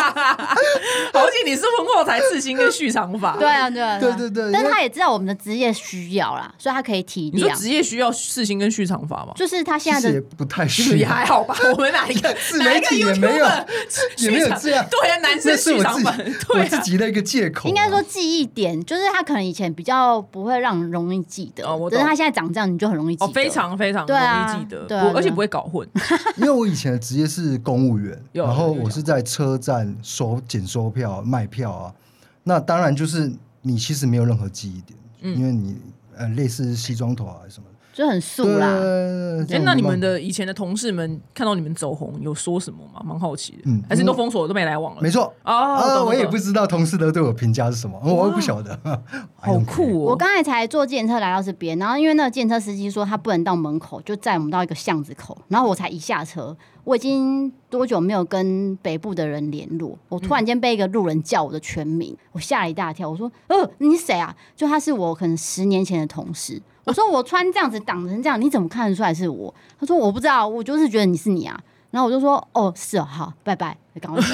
[SPEAKER 1] 好险你是婚后才刺青跟蓄长发。
[SPEAKER 3] 对啊，对啊，啊
[SPEAKER 2] 对对对
[SPEAKER 3] 但
[SPEAKER 2] 因
[SPEAKER 3] 是
[SPEAKER 2] 为
[SPEAKER 3] 他也知道我们的职业需要啦，所以他可以体
[SPEAKER 1] 你说
[SPEAKER 3] 谅。
[SPEAKER 1] 职业需要刺青跟蓄长发吗？
[SPEAKER 3] 就是他
[SPEAKER 2] 其
[SPEAKER 3] 现在
[SPEAKER 2] 实
[SPEAKER 3] 的
[SPEAKER 2] 也不太
[SPEAKER 1] 也
[SPEAKER 2] 需要，
[SPEAKER 1] 还好吧，我们哪一个
[SPEAKER 2] 自
[SPEAKER 1] 哪
[SPEAKER 2] 媒
[SPEAKER 1] 一个
[SPEAKER 2] 体也没有
[SPEAKER 1] YouTuber
[SPEAKER 2] 也没有这 样
[SPEAKER 1] 对啊，男生
[SPEAKER 2] 那是
[SPEAKER 1] 蓄
[SPEAKER 2] 我
[SPEAKER 1] 长
[SPEAKER 2] 自己、
[SPEAKER 1] 发，
[SPEAKER 2] 我
[SPEAKER 1] 对
[SPEAKER 2] 自
[SPEAKER 1] 啊。
[SPEAKER 2] 己的一个借口啊、
[SPEAKER 3] 应该说记忆点，就是他可能以前比较不会让人容易记得，
[SPEAKER 1] 哦我
[SPEAKER 3] 但是
[SPEAKER 1] 懂
[SPEAKER 3] 他现在长这样，你就很容易记
[SPEAKER 1] 哦，
[SPEAKER 3] 得。
[SPEAKER 1] 非常非常
[SPEAKER 3] 对
[SPEAKER 1] 容
[SPEAKER 3] 啊
[SPEAKER 1] 易记得，
[SPEAKER 3] 对啊
[SPEAKER 1] 不而且
[SPEAKER 3] 对啊
[SPEAKER 1] 不会搞混。
[SPEAKER 2] 因为我以前的职业是公务员，
[SPEAKER 1] 有
[SPEAKER 2] 然后
[SPEAKER 1] 有有
[SPEAKER 2] 我是在车站收检收票、卖票啊。那当然就是你其实没有任何记忆点，
[SPEAKER 1] 嗯
[SPEAKER 2] 因为你呃类似西装头啊什么的。
[SPEAKER 3] 就很素
[SPEAKER 2] 对
[SPEAKER 3] 啦。
[SPEAKER 2] 对
[SPEAKER 1] 哎，那你们的以前的同事们看到你们走红，有说什么吗？蛮好奇的，
[SPEAKER 2] 嗯
[SPEAKER 1] 还是都
[SPEAKER 2] 嗯
[SPEAKER 1] 封锁，都没来往了？
[SPEAKER 2] 没错
[SPEAKER 1] 哦懂
[SPEAKER 2] 啊，
[SPEAKER 1] 懂
[SPEAKER 2] 我也
[SPEAKER 1] 懂
[SPEAKER 2] 不知道同事的对我评价是什么，我也不晓得。I
[SPEAKER 1] 好
[SPEAKER 2] don't care
[SPEAKER 1] 酷
[SPEAKER 3] 我
[SPEAKER 1] 哦！
[SPEAKER 3] 刚才才坐电车来到这边，然后因为那个电车司机说他不能到门口，就载我们到一个巷子口，然后我才一下车，我已经多久没有跟北部的人联络？我突然间被一个路人叫我的全名，我吓了一大跳，我说：“呃，你谁啊？”就他是我可能十年前的同事。我说我穿这样子挡成这样，你怎么看得出来是我？他说我不知道，我就是觉得你是你啊。然后我就说哦是哦好，拜拜，赶快走。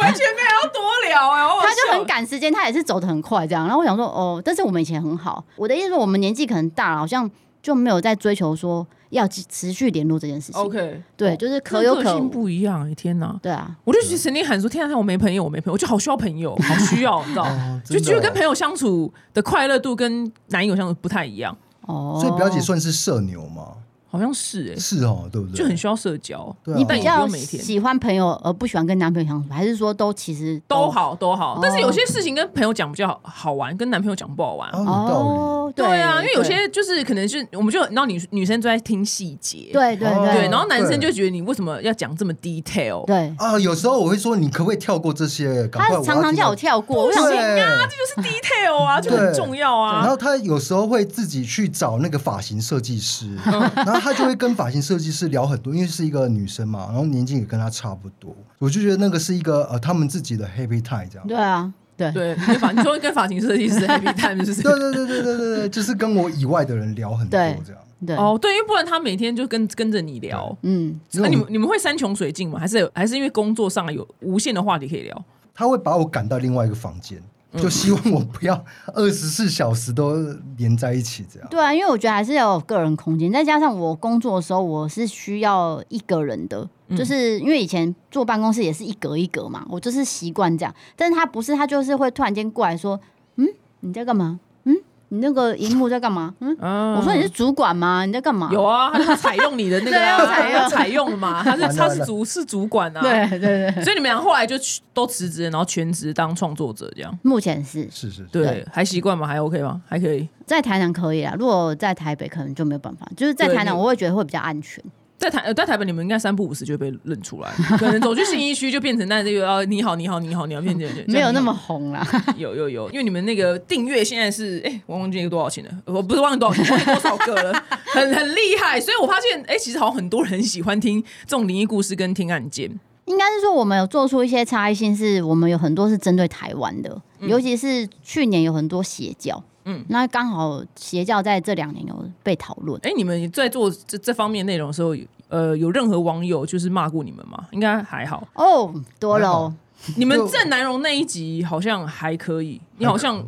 [SPEAKER 1] 完全没有要多聊哎，好好
[SPEAKER 3] 他就
[SPEAKER 1] 笑
[SPEAKER 3] 很赶时间，他也是走得很快这样。然后我想说，哦，但是我们以前很好。我的意思说，我们年纪可能大了，好像就没有在追求说要继持续联络这件事情。
[SPEAKER 1] OK，
[SPEAKER 3] 对，就是可有
[SPEAKER 1] 哦这
[SPEAKER 3] 可
[SPEAKER 1] 个性
[SPEAKER 3] 无。
[SPEAKER 1] 不一样哎，天哪！
[SPEAKER 3] 对啊，
[SPEAKER 1] 我就觉得曾经喊说：“天啊，我没朋友，我没朋友，我就好需要朋友，好需要，你知道？
[SPEAKER 2] 哦
[SPEAKER 1] 就
[SPEAKER 2] 真的
[SPEAKER 1] 觉得
[SPEAKER 2] 哦
[SPEAKER 1] 跟朋友相处的快乐度跟男友相处不太一样，
[SPEAKER 3] 哦，
[SPEAKER 2] 所以表姐算是社牛吗？
[SPEAKER 1] 好像是哎、
[SPEAKER 2] 是哦，对不对？
[SPEAKER 1] 就很需要社交，
[SPEAKER 2] 对啊
[SPEAKER 3] 你
[SPEAKER 1] 但
[SPEAKER 3] 比
[SPEAKER 1] 也不
[SPEAKER 3] 较
[SPEAKER 1] 用每天
[SPEAKER 3] 喜欢朋友而不喜欢跟男朋友相处，还是说都其实
[SPEAKER 1] 都？好都好
[SPEAKER 3] 哦。
[SPEAKER 1] 但是有些事情跟朋友讲比较好好玩，跟男朋友讲不好玩。
[SPEAKER 2] 哦，有道
[SPEAKER 3] 哦，
[SPEAKER 1] 对啊，因为有
[SPEAKER 3] 对
[SPEAKER 1] 些就是可能是我们就然后女女生就在听细节，
[SPEAKER 3] 对对
[SPEAKER 2] 哦
[SPEAKER 1] 对，
[SPEAKER 3] 对，
[SPEAKER 1] 然后男生
[SPEAKER 2] 对
[SPEAKER 1] 就觉得你为什么要讲这么 detail？
[SPEAKER 3] 对
[SPEAKER 2] 理。啊。有时候我会说，你可不可以跳过这些？赶
[SPEAKER 3] 他
[SPEAKER 2] 快，
[SPEAKER 3] 常常叫我
[SPEAKER 2] 跳。
[SPEAKER 3] 跳过，我想啊说
[SPEAKER 2] 对，
[SPEAKER 1] 就是 detail 啊，就很
[SPEAKER 2] 对
[SPEAKER 1] 重要啊。
[SPEAKER 2] 然后他有时候会自己去找那个发型设计师，
[SPEAKER 3] 嗯
[SPEAKER 2] 然后他就会跟发型设计师聊很多，因为是一个女生嘛，然后年纪也跟他差不多，我就觉得那个是一个呃他们自己的 happy time 这样。
[SPEAKER 3] 对啊，对
[SPEAKER 1] 对，跟发你说跟发型设计师 happy time 就是
[SPEAKER 2] 对对对对对对对，就是跟我以外的人聊很多
[SPEAKER 3] 对
[SPEAKER 2] 这样。
[SPEAKER 3] 对，
[SPEAKER 1] 哦，对，因为不然他每天就跟跟着你聊。
[SPEAKER 3] 嗯，
[SPEAKER 2] 因
[SPEAKER 1] 那、
[SPEAKER 2] 为
[SPEAKER 1] 你
[SPEAKER 2] 我
[SPEAKER 1] 们你们会山穷水尽吗？还是有还是因为工作上有无限的话题可以聊？
[SPEAKER 2] 他会把我赶到另外一个房间，
[SPEAKER 3] 嗯
[SPEAKER 2] 就希望我不要二十四小时都连在一起这样。
[SPEAKER 3] 对啊，因为我觉得还是要有个人空间，再加上我工作的时候，我是需要一个人的，
[SPEAKER 1] 嗯
[SPEAKER 3] 就是因为以前坐办公室也是一格一格嘛，我就是习惯这样。但是他不是，他就是会突然间过来说：“嗯，你在干嘛？嗯，你那个荧幕在干嘛？嗯，
[SPEAKER 1] 嗯
[SPEAKER 3] 我说你是主管吗？你在干嘛？
[SPEAKER 1] 有啊，他就是采用你的那个啊，
[SPEAKER 3] 对啊采用
[SPEAKER 1] 他采用了嘛，他是
[SPEAKER 2] 完了
[SPEAKER 1] 他
[SPEAKER 2] 完了
[SPEAKER 1] 是主是主管啊，
[SPEAKER 3] 对，对对对，
[SPEAKER 1] 所以你们俩后来就去都辞职，然后全职当创作者这样，
[SPEAKER 3] 目前是
[SPEAKER 2] 是是，
[SPEAKER 1] 对，
[SPEAKER 3] 对
[SPEAKER 1] 还习惯吗？还 OK 吗？还可以，
[SPEAKER 3] 在台南可以啦，如果在台北可能就没有办法，就是在
[SPEAKER 1] 对
[SPEAKER 3] 台南
[SPEAKER 1] 你
[SPEAKER 3] 我会觉得会比较安全。
[SPEAKER 1] 在台呃在台北，你们应该三不五时就会被认出来，可能走去信义区就变成那这个啊，你好你好你好，你要变成这样
[SPEAKER 3] 没有那
[SPEAKER 1] 你好
[SPEAKER 3] 么红啦，
[SPEAKER 1] 有有有，因为你们那个订阅现在是哎，我忘记多少钱了，我不是忘记多少钱，忘记多少个了，很很厉害。所以我发现哎，其实好像很多人很喜欢听这种灵异故事跟听案件。
[SPEAKER 3] 应该是说我们有做出一些差异性，是我们有很多是针对台湾的，尤其是去年有很多邪教，
[SPEAKER 1] 嗯
[SPEAKER 3] 嗯，那刚好邪教在这两年有被讨论，
[SPEAKER 1] 哎，你们在做这这方面内容的时候，呃，有任何网友就是骂过你们吗？应该还 好。
[SPEAKER 3] 哦，多了哦，
[SPEAKER 1] 你们郑南荣那一集好像还可以，你好像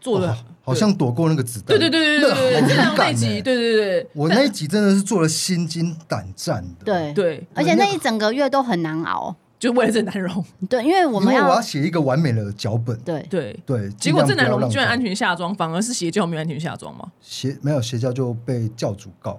[SPEAKER 1] 做
[SPEAKER 2] 哦
[SPEAKER 1] 了
[SPEAKER 2] 好，好像躲过那个子弹。
[SPEAKER 1] 对对对对对对对，
[SPEAKER 2] 那好
[SPEAKER 1] 郑南荣
[SPEAKER 2] 勇
[SPEAKER 1] 那
[SPEAKER 2] 敢
[SPEAKER 1] 一集，
[SPEAKER 2] 欸
[SPEAKER 1] 对对对
[SPEAKER 2] 我那一集真的是做了心惊胆战的。，
[SPEAKER 3] 对，
[SPEAKER 1] 对，
[SPEAKER 3] 而且那一整个月都很难熬，
[SPEAKER 1] 就为了郑南荣，
[SPEAKER 3] 对，因为我
[SPEAKER 2] 因
[SPEAKER 3] 们
[SPEAKER 2] 为
[SPEAKER 3] 要
[SPEAKER 2] 我要写一个完美的脚本。
[SPEAKER 3] 对，
[SPEAKER 1] 对。
[SPEAKER 2] 对，
[SPEAKER 1] 结果郑
[SPEAKER 2] 郑
[SPEAKER 1] 南荣居然安全下装，反而是邪教没有安全下装吗？
[SPEAKER 2] 邪没有邪教就被教主告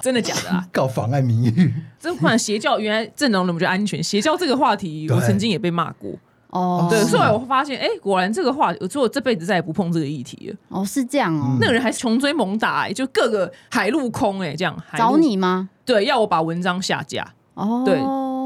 [SPEAKER 1] 真的假的啊？
[SPEAKER 2] 告妨碍名誉，
[SPEAKER 1] 这款邪教原来阵容我们就安全。邪教这个话题，
[SPEAKER 2] 对
[SPEAKER 1] 我曾经也被骂过，
[SPEAKER 3] 哦，
[SPEAKER 1] 对，
[SPEAKER 2] 是
[SPEAKER 1] 所以我发现，哎、果然这个话，我说我这辈子再也不碰这个议题了。
[SPEAKER 3] 哦是这样哦
[SPEAKER 2] 嗯，
[SPEAKER 1] 那个人还穷追猛打、哎，就各个海陆空、哎，这样海陆
[SPEAKER 3] 找你吗？
[SPEAKER 1] 对，要我把文章下架，
[SPEAKER 3] 哦，
[SPEAKER 1] 对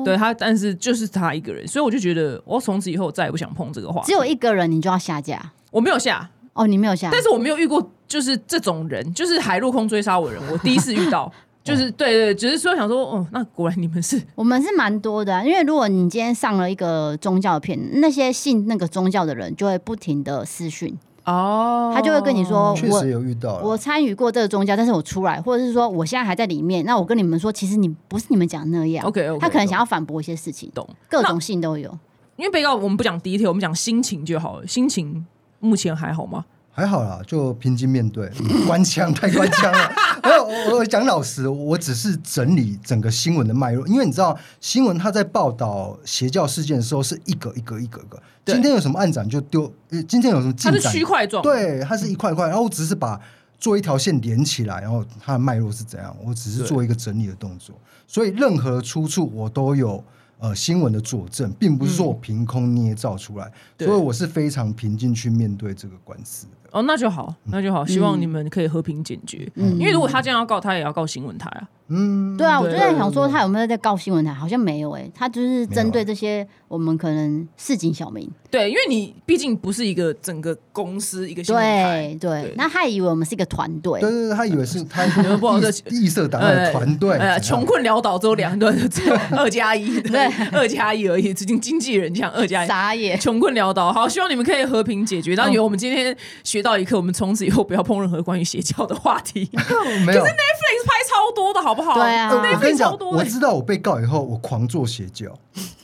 [SPEAKER 1] 对他，但是就是他一个人，所以我就觉得，我从此以后我再也不想碰这个话题。
[SPEAKER 3] 只有一个人你就要下架，
[SPEAKER 1] 我没有下，
[SPEAKER 3] 哦，你没有下，
[SPEAKER 1] 但是我没有遇过就是这种人，就是海陆空追杀我的人，我第一次遇 到。就是对对，对只是说想说，哦，那果然你们是
[SPEAKER 3] 我们是蛮多的啊、因为如果你今天上了一个宗教的片，那些信那个宗教的人就会不停的私讯，
[SPEAKER 1] 哦
[SPEAKER 3] 他就会跟你说
[SPEAKER 2] 确
[SPEAKER 3] 我
[SPEAKER 2] 实有遇到
[SPEAKER 3] 我
[SPEAKER 2] 了。
[SPEAKER 3] 参与过这个宗教，但是我出来，或者是说我现在还在里面，那我跟你们说，其实你不是你们讲的那样。
[SPEAKER 1] OK OK，
[SPEAKER 3] 他可能想要反驳一些事情，
[SPEAKER 1] 懂，
[SPEAKER 3] 各种信都有。
[SPEAKER 1] 因为被告我们不讲 detail，我们讲心情就好了。心情目前还好吗？
[SPEAKER 2] 还好啦，就平静面对， 官腔太官腔 了。我我我讲老实，我只是整理整个新闻的脉络，因为你知道新闻它在报道邪教事件的时候是一个一个一个一个，
[SPEAKER 1] 对
[SPEAKER 2] 今天有什么暗斩就丢，呃今天有什么
[SPEAKER 1] 它是
[SPEAKER 2] 进展
[SPEAKER 1] 区块状，，
[SPEAKER 2] 对，它是一块块，然后我只是把做一条线连起来，然后它的脉络是怎样，我只是
[SPEAKER 1] 对
[SPEAKER 2] 做一个整理的动作，所以任何出处我都有呃新闻的佐证，并不是说我凭空捏造出来，
[SPEAKER 1] 对
[SPEAKER 2] 所以我是非常平静去面对这个官司的。
[SPEAKER 1] 哦，那就好，那就好，希望你们可以和平解决。
[SPEAKER 3] 嗯
[SPEAKER 1] 因为如果他这样要告，他也要告新闻台啊。
[SPEAKER 2] 嗯，
[SPEAKER 3] 对啊，我就在
[SPEAKER 1] 对
[SPEAKER 3] 想说他有没有在告新闻台，好像没有诶、他就是针
[SPEAKER 2] 没
[SPEAKER 3] 对
[SPEAKER 2] 有啊
[SPEAKER 3] 这些我们可能市井小民。
[SPEAKER 1] 对，因为你毕竟不是一个整个公司一个新闻台，
[SPEAKER 3] 对对
[SPEAKER 1] 对，
[SPEAKER 3] 那他也以为我们是一个团队
[SPEAKER 2] 对。对对，他以为 是他一
[SPEAKER 1] 们不好
[SPEAKER 2] 个
[SPEAKER 1] 这
[SPEAKER 2] 异异色党的团队，
[SPEAKER 1] 哎呀
[SPEAKER 2] 怎样
[SPEAKER 1] 穷困潦倒之后，两个人二加一，对，二加一而已，只经经纪人这样二加一。
[SPEAKER 3] 傻眼，嗯
[SPEAKER 1] 穷困潦倒，好，希望你们可以和平解决。然后，有我们今天学到一课，我们从此以后不要碰任何关于邪教的话题。
[SPEAKER 2] 没有。
[SPEAKER 1] Netflix 拍超多的好不好？
[SPEAKER 3] 对啊
[SPEAKER 2] 呃我跟
[SPEAKER 1] Netflix
[SPEAKER 2] 你讲
[SPEAKER 1] 超，多
[SPEAKER 2] 我
[SPEAKER 1] 的。
[SPEAKER 2] 知道我被告以后，我狂做邪教，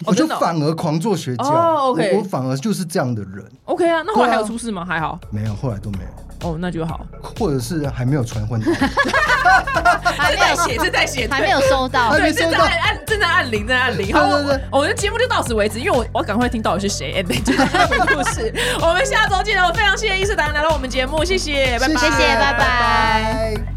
[SPEAKER 2] 我就
[SPEAKER 1] 真的哦
[SPEAKER 2] 反而狂做邪教，
[SPEAKER 1] 哦，OK
[SPEAKER 2] 我我反而就是这样的人，
[SPEAKER 1] OK 啊，那后来还有
[SPEAKER 2] 对啊
[SPEAKER 1] 出事吗？还好，
[SPEAKER 2] 没有，后来都没有。
[SPEAKER 1] 哦，那就好。
[SPEAKER 2] 或者是还没有传唤到，
[SPEAKER 3] 还
[SPEAKER 1] 正
[SPEAKER 3] 没
[SPEAKER 1] 在
[SPEAKER 3] 有
[SPEAKER 1] 写，正在写，
[SPEAKER 3] 还没有收到
[SPEAKER 2] 还。
[SPEAKER 1] 对，
[SPEAKER 2] 没
[SPEAKER 1] 对，正
[SPEAKER 2] 收
[SPEAKER 1] 在
[SPEAKER 2] 到
[SPEAKER 1] 按按，正在按铃，正在按铃。好，
[SPEAKER 2] 对对对
[SPEAKER 1] 我我的节目就到此为止，因为我我要赶快听到底是谁，and then 就这个故事。 哦我们下周见了，我非常谢谢伊斯达来到我们节目，谢谢，拜拜，
[SPEAKER 3] 谢谢拜拜
[SPEAKER 2] 拜拜